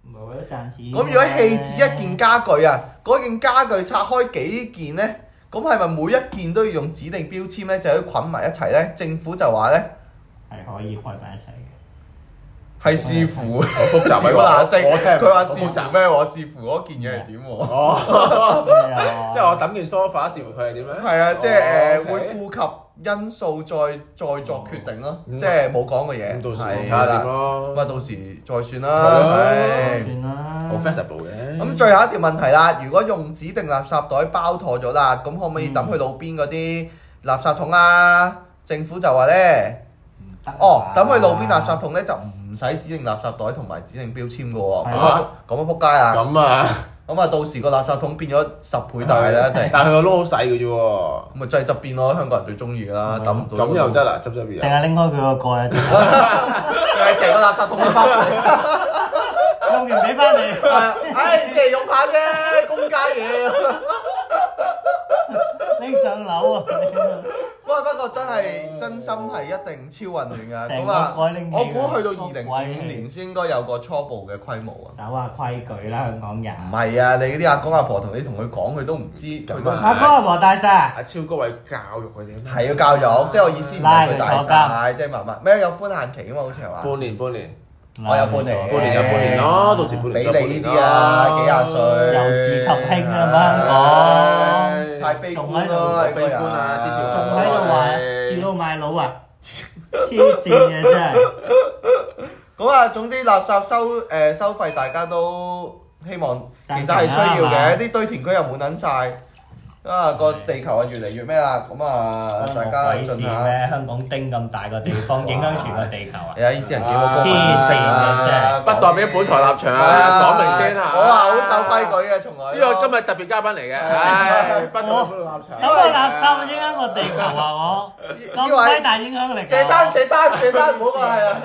Speaker 1: 唔係為咗賺錢。
Speaker 2: 咁如果棄置一件家具啊，嗰件家具拆開幾件呢？咁係咪每一件都要用指定標籤呢？就要捆埋一齊呢？政府就話呢，
Speaker 1: 係可以開埋一齊嘅，
Speaker 2: 係視乎
Speaker 3: 好 複雜啊！
Speaker 2: 個顏色。
Speaker 3: 我聽
Speaker 2: 佢話視
Speaker 3: 好複雜
Speaker 2: 乎。咩喎？視乎嗰件嘢係點喎？
Speaker 3: 哦，即
Speaker 1: 即
Speaker 3: 係我抌件 sofa 視乎佢係點樣。
Speaker 2: 係啊，即係誒
Speaker 3: 哦
Speaker 2: 會
Speaker 3: Ờ, ，OK
Speaker 2: 顧及因素再再作決定咯，
Speaker 3: 嗯
Speaker 2: 即係冇講嘅嘢。
Speaker 3: 咁到時
Speaker 2: 係
Speaker 3: 睇
Speaker 2: 啦
Speaker 3: 下點
Speaker 2: 咁啊，
Speaker 3: 咯。
Speaker 2: 到時再算
Speaker 3: 係
Speaker 2: 啦
Speaker 3: 啊。
Speaker 2: 唉
Speaker 1: 算啦。
Speaker 3: 好 flexible 嘅。
Speaker 2: 咁最後一條問題啦，如果用指定垃圾袋包妥咗啦，咁可唔可以抌去路邊嗰啲垃圾桶啊？政府就話呢，
Speaker 1: 唔得啊
Speaker 2: 哦，抌去路邊垃圾桶呢，就唔使指定垃圾袋同埋指定標籤嘅喎。咁啊，咁啊撲街啦！
Speaker 3: 咁啊，
Speaker 2: 咁啊，到時個垃圾桶變咗十倍大啦，一定。
Speaker 3: 但係佢個窿好細嘅啫喎。
Speaker 2: 咁咪真係側邊咯，香港人最中意啦，抌唔到
Speaker 3: 咁又得啦，執執嘢
Speaker 1: 定。係拎開佢個蓋啊！
Speaker 2: 又係成個垃圾桶都包埋。
Speaker 1: 用完俾翻
Speaker 2: 係
Speaker 1: 你，
Speaker 2: 啊唉，即係用下啫，公家嘢。
Speaker 1: 拎上樓啊！
Speaker 2: 喂，不過真係真心係一定超混亂㗎。
Speaker 1: 成
Speaker 2: 咁
Speaker 1: 個
Speaker 2: 啊，
Speaker 1: 改拎起
Speaker 2: 我估去到
Speaker 1: 佢
Speaker 2: 二零二五年先應該有個初步嘅規模啊。
Speaker 1: 守下規矩啦，香港人。
Speaker 2: 唔係啊，你嗰啲阿公阿婆同你同佢講，佢都唔知，佢都
Speaker 3: 咁
Speaker 1: 阿
Speaker 3: 啊
Speaker 2: 係
Speaker 1: 哥阿婆大晒，
Speaker 3: 阿超哥為教育佢哋啊嘛。
Speaker 2: 要教育，即係我意思唔係佢大晒，即係慢慢咩有寬限期㗎嘛，好似係嘛？
Speaker 3: 半年，半年，
Speaker 2: 我有半
Speaker 1: Dạ.
Speaker 2: 年
Speaker 3: 半年有半年咯，到時半年
Speaker 2: 俾
Speaker 3: 再半
Speaker 2: 你
Speaker 3: 年
Speaker 2: 呢啲啊，幾廿歲，
Speaker 1: 由自及興啊嘛
Speaker 3: 香港
Speaker 2: 太悲觀咯，
Speaker 3: 仲喺度悲觀啊之前
Speaker 1: 仲喺度話遲到賣佬啊！黐線嘅真係，
Speaker 2: 咁啊，總之垃圾收誒、收費，大家都希望其實
Speaker 1: 贊成啦
Speaker 2: 係需要
Speaker 1: 係
Speaker 2: 嘅，啲堆填區又滿撚晒，啊個地球啊越嚟越咩啦，咁啊大家
Speaker 1: 鬼事
Speaker 2: 盡下。
Speaker 1: 咩？香港丁咁大個地方，影響全個地球啊！
Speaker 2: 係啊！呢啲人幾冇公
Speaker 1: 黐線啊真係！
Speaker 2: 啊
Speaker 3: 不代表本台立場啊，
Speaker 2: 啊
Speaker 3: 講明先啊。
Speaker 2: 我話好守規矩嘅，從來
Speaker 3: 呢個今日特別嘉賓嚟嘅，唉，不代表立場。
Speaker 1: 咁個垃圾影響個地球啊！我咁
Speaker 2: 呢位
Speaker 1: 鬼大影響力啊。
Speaker 2: 謝生，謝生，謝生，唔好過係啊！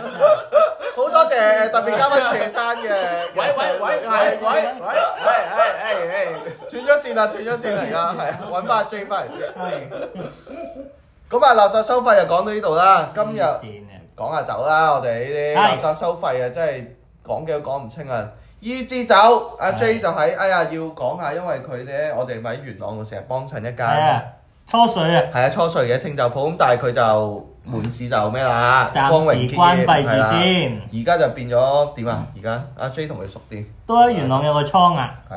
Speaker 2: 好多謝特別嘉賓謝生嘅。
Speaker 3: 喂喂喂喂喂喂喂喂喂！
Speaker 2: 斷咗線啦，斷咗線嚟噶，係啊，揾翻 J 翻嚟先。
Speaker 1: 係
Speaker 2: 咁啊，垃圾收費就講到呢度啦，今日。
Speaker 1: 黐線嘅
Speaker 2: 講下酒啦，我哋呢啲垃
Speaker 1: 係
Speaker 2: 圾收費啊，真係講嘅都講唔清啊！依支酒，阿
Speaker 1: 係
Speaker 2: J 就喺哎呀要講下，因為佢咧，我哋咪喺元朗度成日幫襯一間，
Speaker 1: 係啊
Speaker 2: 係，
Speaker 1: 初水啊！
Speaker 2: 啊初歲嘅清酒鋪，咁但係佢就門市就咩啦，
Speaker 1: 暫
Speaker 2: 光
Speaker 1: 時
Speaker 2: 榮結業
Speaker 1: 關閉
Speaker 2: 係啦
Speaker 1: 住先。
Speaker 2: 而家就變咗點啊？而家阿 J 同佢熟啲，
Speaker 1: 都喺元朗有個倉啊，
Speaker 2: 係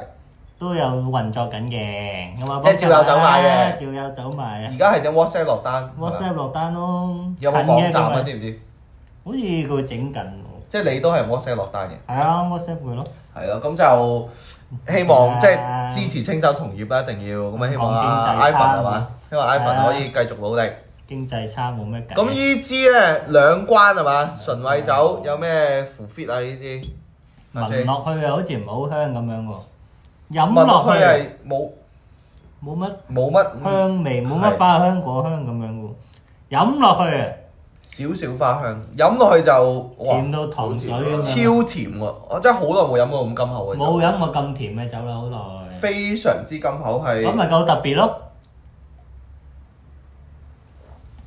Speaker 1: 都有運作緊嘅，咁啊
Speaker 2: 即係照有走賣嘅
Speaker 1: 照有走賣啊
Speaker 2: 而家係點 WhatsApp 落單係咪
Speaker 1: WhatsApp 落單咯，
Speaker 2: 有冇
Speaker 1: 近嘅
Speaker 2: 網站啊？
Speaker 1: 咁咪
Speaker 2: 知唔知？
Speaker 1: 好似佢整緊喎，
Speaker 2: 即係你都係 WhatsApp 落單嘅。
Speaker 1: 係啊 WhatsApp 佢咯，
Speaker 2: 係咯，咁就希望即
Speaker 1: 係
Speaker 2: 係
Speaker 1: 啊
Speaker 2: 支持青州同業啦，一定要咁啊！希望
Speaker 1: 抗
Speaker 2: 啊
Speaker 1: 經濟
Speaker 2: Ivan
Speaker 1: 差
Speaker 2: 係嘛，希望 Ivan
Speaker 1: 啊
Speaker 2: 可以繼續努力。
Speaker 1: 經濟差冇咩計。
Speaker 2: 咁呢支咧兩關係嘛，純米酒有咩符 fit 啊？呢支
Speaker 1: 聞落去啊，好似唔好香咁樣喎，飲
Speaker 2: 聞
Speaker 1: 落
Speaker 2: 落去
Speaker 1: 去
Speaker 2: 係冇
Speaker 1: 冇乜
Speaker 2: 冇乜
Speaker 1: 香味，冇
Speaker 2: 係
Speaker 1: 乜花香果香咁樣喎，飲落去啊，
Speaker 2: 少少花香，飲落去就哇
Speaker 1: 甜到糖水咁樣，
Speaker 2: 超甜喎！我真係好耐冇飲過咁甘口嘅
Speaker 1: 冇
Speaker 2: 酒，
Speaker 1: 飲過咁甜嘅酒啦，好耐。
Speaker 2: 非常之甘口係
Speaker 1: 咁啊咪夠特別咯，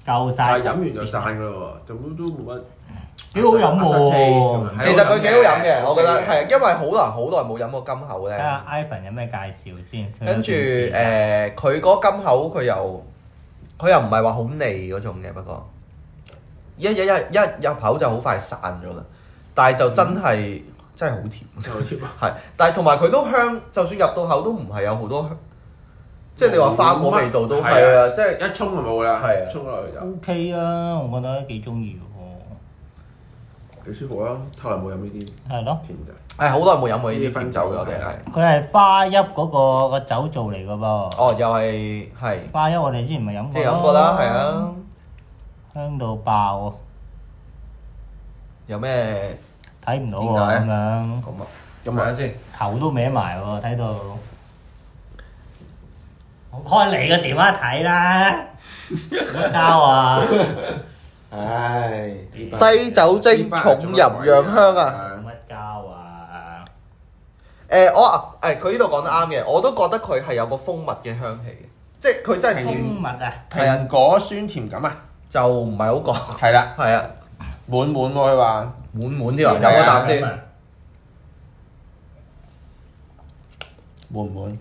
Speaker 1: 夠
Speaker 3: 但
Speaker 1: 晒，
Speaker 3: 係飲完就散噶咯喎，就都都冇乜。
Speaker 1: 幾好飲喎。
Speaker 3: 係
Speaker 2: 其實佢幾好飲
Speaker 1: 啊
Speaker 2: 嘅，我覺得
Speaker 3: OK 嘅
Speaker 2: 係因為好難好耐冇飲過甘口
Speaker 1: 睇
Speaker 2: 咧。
Speaker 1: 下 Ivan 有咩介紹先。
Speaker 3: 啊
Speaker 1: 佢有
Speaker 2: 跟住
Speaker 1: 件
Speaker 2: 誒
Speaker 1: 事，
Speaker 2: 佢嗰金口佢又佢又唔係話好膩嗰種嘅，不過一一一一入口就好快散咗啦。但係就真係、
Speaker 3: 嗯
Speaker 2: 真係好甜，
Speaker 3: 真係好甜啊
Speaker 2: 係。但係同埋佢都香，就算入到口都唔係有好多香，即係你話花果味道都係啊，即係
Speaker 3: 一沖就冇啦，
Speaker 2: 係啊
Speaker 3: 沖落去就
Speaker 1: OK 啊，我覺得幾中意喎。
Speaker 3: 幾舒服啦。後來冇飲呢啲
Speaker 1: 係咯，
Speaker 3: 甜嘅，
Speaker 2: 係好耐冇飲過呢
Speaker 3: 呢
Speaker 2: 啲甜
Speaker 3: 啲分
Speaker 2: 酒嘅，
Speaker 3: 酒
Speaker 2: 我
Speaker 3: 係
Speaker 2: 哋係
Speaker 1: 佢係花邑嗰個個酒造嚟嘅噃。
Speaker 2: 哦，又係係
Speaker 3: 哦
Speaker 1: 花邑我哋之前咪飲過咯
Speaker 2: 即係飲過啦，係，啊，
Speaker 1: 香到爆啊，
Speaker 2: 有咩
Speaker 1: 睇唔到
Speaker 2: 點解
Speaker 1: 喎咁樣，
Speaker 2: 咁啊？
Speaker 3: 咁
Speaker 2: 睇
Speaker 3: 啊
Speaker 2: 下先，
Speaker 1: 頭都歪埋喎，睇到。開你個電話睇 啦，乜交啊？
Speaker 3: 唉，啊
Speaker 2: 低酒精重入釀
Speaker 3: à?
Speaker 2: 香啊！
Speaker 1: 乜交啊？
Speaker 2: 誒、我啊誒佢呢度講得啱嘅，我都覺得佢係有個蜂蜜嘅香氣嘅，即係佢真係
Speaker 1: 蜂
Speaker 2: 甜，
Speaker 1: 蜜啊，
Speaker 2: 係啊
Speaker 3: 蘋果酸甜感啊，
Speaker 2: 就唔係好講，
Speaker 3: 係啦，
Speaker 2: 係啊，
Speaker 3: 滿滿喎佢話，
Speaker 2: 滿滿啲啊，
Speaker 3: 係啊
Speaker 2: 飲一啖先。誒、
Speaker 1: 啊
Speaker 3: 滿唔滿？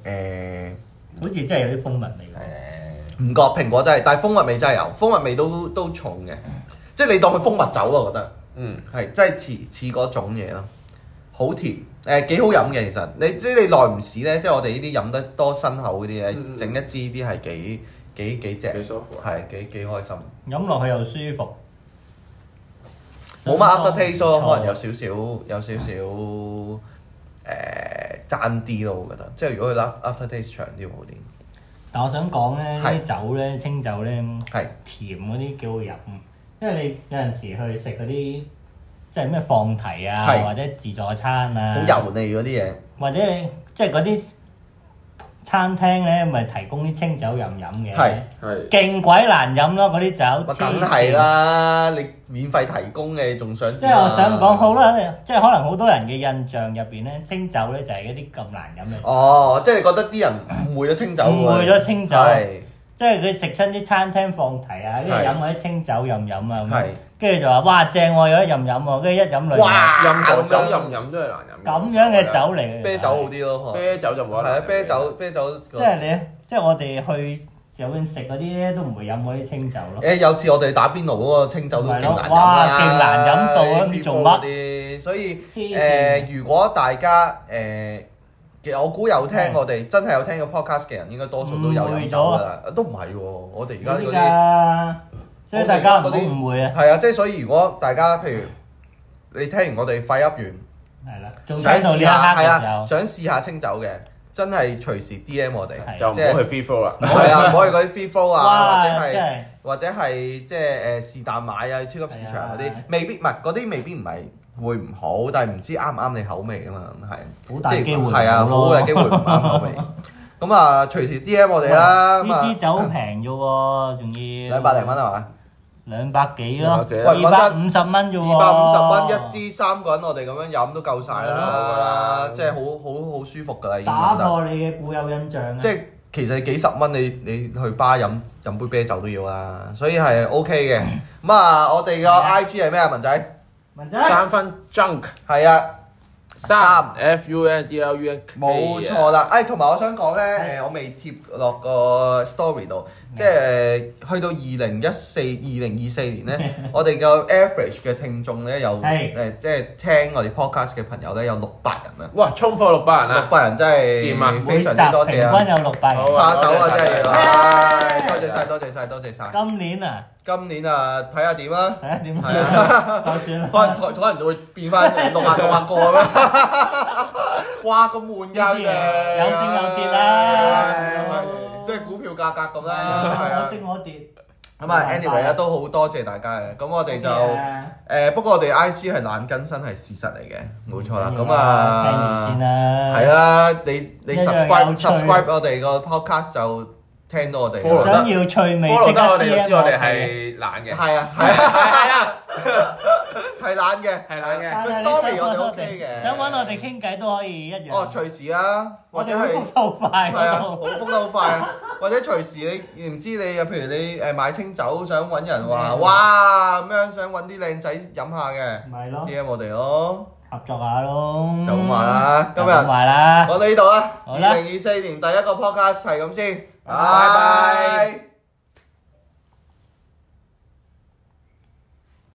Speaker 1: 好似真係有啲蜂蜜味喎。
Speaker 3: 誒，
Speaker 2: 唔覺蘋果真係，但係蜂蜜味真係有，蜂蜜味都都重嘅，即係你當佢蜂蜜酒啊，我覺得
Speaker 3: 嗯，
Speaker 2: 係真係似似嗰種嘢咯，好甜誒幾、好飲嘅其實，你即係你耐唔時咧，即係我哋呢啲飲得多新口嗰啲咧
Speaker 3: 嗯嗯，嗯
Speaker 2: 整一支呢啲係幾幾幾
Speaker 3: 幾
Speaker 2: 正，
Speaker 3: 舒服啊！
Speaker 2: 係幾幾開心。
Speaker 1: 飲落去又舒服，
Speaker 2: 冇乜 after taste 咯，可能有
Speaker 1: 唔錯
Speaker 2: 少少有少少誒爭啲咯，我覺得。即係如果佢 af- after taste 長啲會好
Speaker 1: 但我想講咧，
Speaker 2: 係
Speaker 1: 呢啲酒咧，清酒咧，
Speaker 2: 啲。係
Speaker 1: 甜嗰啲幾好飲，因為你有陣時去食嗰啲即係咩放題啊，
Speaker 2: 係
Speaker 1: 或者自助餐啊，
Speaker 2: 好油膩嗰啲嘢，
Speaker 1: 或者你即係嗰啲餐廳咧，咪提供啲清酒任飲嘅，
Speaker 2: 係
Speaker 3: 係
Speaker 1: 勁鬼難飲咯，嗰啲酒，
Speaker 2: 咪
Speaker 1: 黐
Speaker 2: 啊梗
Speaker 1: 線
Speaker 2: 係啦！你免費提供嘅，仲想啊
Speaker 1: 即係我想講好。啦，即係可能好多人嘅印象入邊咧，清酒咧就係一啲咁難飲嘅嘢，
Speaker 2: 哦，即係你覺得啲人誤會咗清酒喎，
Speaker 1: 誤會咗清酒
Speaker 2: 係
Speaker 1: 即係佢食親啲餐廳放題啊，跟住
Speaker 2: 係
Speaker 1: 飲嗰啲清酒任飲啊，咁
Speaker 2: 係
Speaker 1: 跟住就話哇正喎，有得任飲喎，跟住一飲兩
Speaker 2: 哇
Speaker 3: 任何酒
Speaker 2: 咁樣
Speaker 3: 任飲都係難飲。
Speaker 1: 咁樣嘅，酒嚟嘅，
Speaker 2: 啤酒好啲咯，可能
Speaker 3: 啤酒就冇
Speaker 2: 係
Speaker 3: 得難
Speaker 2: 啊
Speaker 3: 飲嘅。
Speaker 2: 啤酒啤酒
Speaker 1: 即係你即係我哋去酒店食嗰啲咧，都唔會飲嗰啲清酒咯。
Speaker 2: 誒有次我哋打邊爐嗰個清酒都勁難飲啦，
Speaker 1: 哇勁難飲到啊
Speaker 2: free
Speaker 1: 做
Speaker 2: fall
Speaker 1: 乜
Speaker 2: 嗰啲？所以
Speaker 1: 黐
Speaker 2: 誒、
Speaker 1: 線
Speaker 2: 如果大家誒、其實我估有聽我哋真係有聽過 podcast 嘅人，應該多數都有飲酒㗎
Speaker 1: 啊
Speaker 2: 啦。都唔係喎，我哋而
Speaker 1: 有啲
Speaker 2: 家
Speaker 1: 㗎，所以大家唔好誤會
Speaker 2: 嗰啲
Speaker 1: 啊。
Speaker 2: 係啊，即係所以如果大家譬如你聽完我哋快噏完，
Speaker 1: 係啦，仲
Speaker 2: 想
Speaker 1: 睇到呢
Speaker 2: 試
Speaker 1: 一
Speaker 2: 下
Speaker 1: 刻
Speaker 2: 係
Speaker 1: 嘅
Speaker 2: 啊，
Speaker 1: 時
Speaker 2: 想試下清酒嘅，真係隨時 DM 我哋。
Speaker 1: 係
Speaker 3: 就唔好去 free flow 啦。
Speaker 2: 係啊，唔可以嗰啲 free flow
Speaker 1: 候，
Speaker 2: 啊，或者
Speaker 1: 哇！
Speaker 2: 係
Speaker 1: 真。係
Speaker 2: 或者係即係誒是但買啊，去超級市場嗰啲
Speaker 1: 係啊，
Speaker 2: 未必唔係嗰啲未必唔係會唔好，但係唔知啱唔啱你口味啊嘛，係
Speaker 1: 好大
Speaker 2: 即係
Speaker 1: 機會唔
Speaker 2: 係
Speaker 1: 好
Speaker 2: 啊，好
Speaker 1: 咯
Speaker 2: 嘅機會唔啱口味。咁啊，隨時 D M 我哋啦，咁
Speaker 1: 呢
Speaker 2: 啊
Speaker 1: 支酒平啫喎，仲要
Speaker 2: 兩百零蚊係嘛？
Speaker 1: 兩百幾咯，
Speaker 3: 兩百幾
Speaker 1: 二
Speaker 3: 啊
Speaker 1: 百五十蚊啫喎，
Speaker 2: 二百五十蚊一支，三個人我哋咁樣飲都夠晒啦，
Speaker 3: 係啊
Speaker 2: 即係好好好舒服㗎啦，已經
Speaker 1: 打
Speaker 2: 覺得。
Speaker 1: 破你嘅固有印象啊！
Speaker 2: 即係其實幾十蚊你你去巴飲飲杯啤酒都要啦，所以係 O K 嘅。咁啊，我哋個
Speaker 1: 係啊
Speaker 2: I G 係咩啊，文仔？
Speaker 1: 文仔，
Speaker 3: 三分 junk
Speaker 2: 係啊，
Speaker 3: 三 F U N D L U N K
Speaker 2: 冇錯啦，誒同埋我想講咧，誒我未貼落個 story 度，即係去到二零一四、 二零二四年咧，我哋嘅 average 嘅聽眾咧有
Speaker 1: 係
Speaker 2: 誒，即係聽我哋 podcast 嘅朋友咧有六百人啊，
Speaker 3: 哇！衝破六百人
Speaker 2: 六
Speaker 3: 啊！
Speaker 2: 百人真
Speaker 3: 掂啊
Speaker 2: 係非
Speaker 1: 每集
Speaker 2: 常之多謝
Speaker 1: 平均
Speaker 2: 啊！
Speaker 1: 有六百人
Speaker 3: 好。
Speaker 2: 拍手啊，真係，
Speaker 3: 多謝
Speaker 2: 唉多謝晒，多謝晒，多謝晒。
Speaker 1: 今年啊，
Speaker 2: 今年啊，睇下點啊，
Speaker 1: 睇下點
Speaker 2: 係啊
Speaker 1: 啊，就算啦。
Speaker 2: 可能可可能會變翻六萬六萬個 咁樣。哇！咁
Speaker 1: 呢
Speaker 2: 悶㗎，
Speaker 1: 啲嘢有升有跌啦
Speaker 2: 即係股票價格咁啦，係
Speaker 1: 我
Speaker 2: 啊。
Speaker 1: 升我跌。
Speaker 2: 咁啊，anyway 啊，都好多謝大家嘅。咁我哋就
Speaker 1: 啊
Speaker 2: 誒，不過我哋 IG 係懶更新係事實嚟嘅，冇錯
Speaker 1: Dạ,
Speaker 2: 啦。咁
Speaker 1: à, 聽住先啦。
Speaker 2: 啊，係啊，你你
Speaker 1: 一樣
Speaker 2: à, subscribe
Speaker 1: 有趣
Speaker 2: subscribe 我哋個 podcast 就聽到我哋㗎
Speaker 3: Follow
Speaker 2: 啦。
Speaker 1: 想要趣味
Speaker 3: follow
Speaker 1: 即刻
Speaker 3: 得我哋就
Speaker 1: DM
Speaker 3: 知我哋
Speaker 1: 哋。
Speaker 3: 係懶嘅，
Speaker 2: 係啊，係啊，
Speaker 3: 係
Speaker 2: à.
Speaker 3: 啊，
Speaker 2: 係懶嘅，
Speaker 3: 係懶嘅
Speaker 1: 但
Speaker 2: 個
Speaker 1: 係你
Speaker 2: story
Speaker 1: 想
Speaker 2: 我
Speaker 1: 搵
Speaker 2: 哋
Speaker 1: 我
Speaker 2: OK Ờ, 嘅。
Speaker 1: 哋，想揾我哋傾偈都可以一樣。
Speaker 2: 哦，隨時啊，或
Speaker 1: 我
Speaker 2: 者
Speaker 1: 哋
Speaker 2: 係
Speaker 1: 會復得好快
Speaker 2: 係啊，
Speaker 1: 嗰
Speaker 2: 好
Speaker 1: 度。
Speaker 2: 覆得好快 啊，或者隨時你唔知你啊，譬如你誒買清酒想揾人話，
Speaker 1: 嗯
Speaker 2: 哇咁樣想揾啲靚仔飲下嘅
Speaker 1: 咪咯，
Speaker 2: ，DM 我哋咯，
Speaker 1: 合作下咯。
Speaker 2: 就咁話啦。今
Speaker 1: 嗯
Speaker 2: 日
Speaker 1: 就咁話啦。
Speaker 2: 我到呢度啦，啊
Speaker 1: 好啦
Speaker 2: 二零二四年第一個 podcast 係咁先，
Speaker 1: 拜拜
Speaker 2: 拜拜。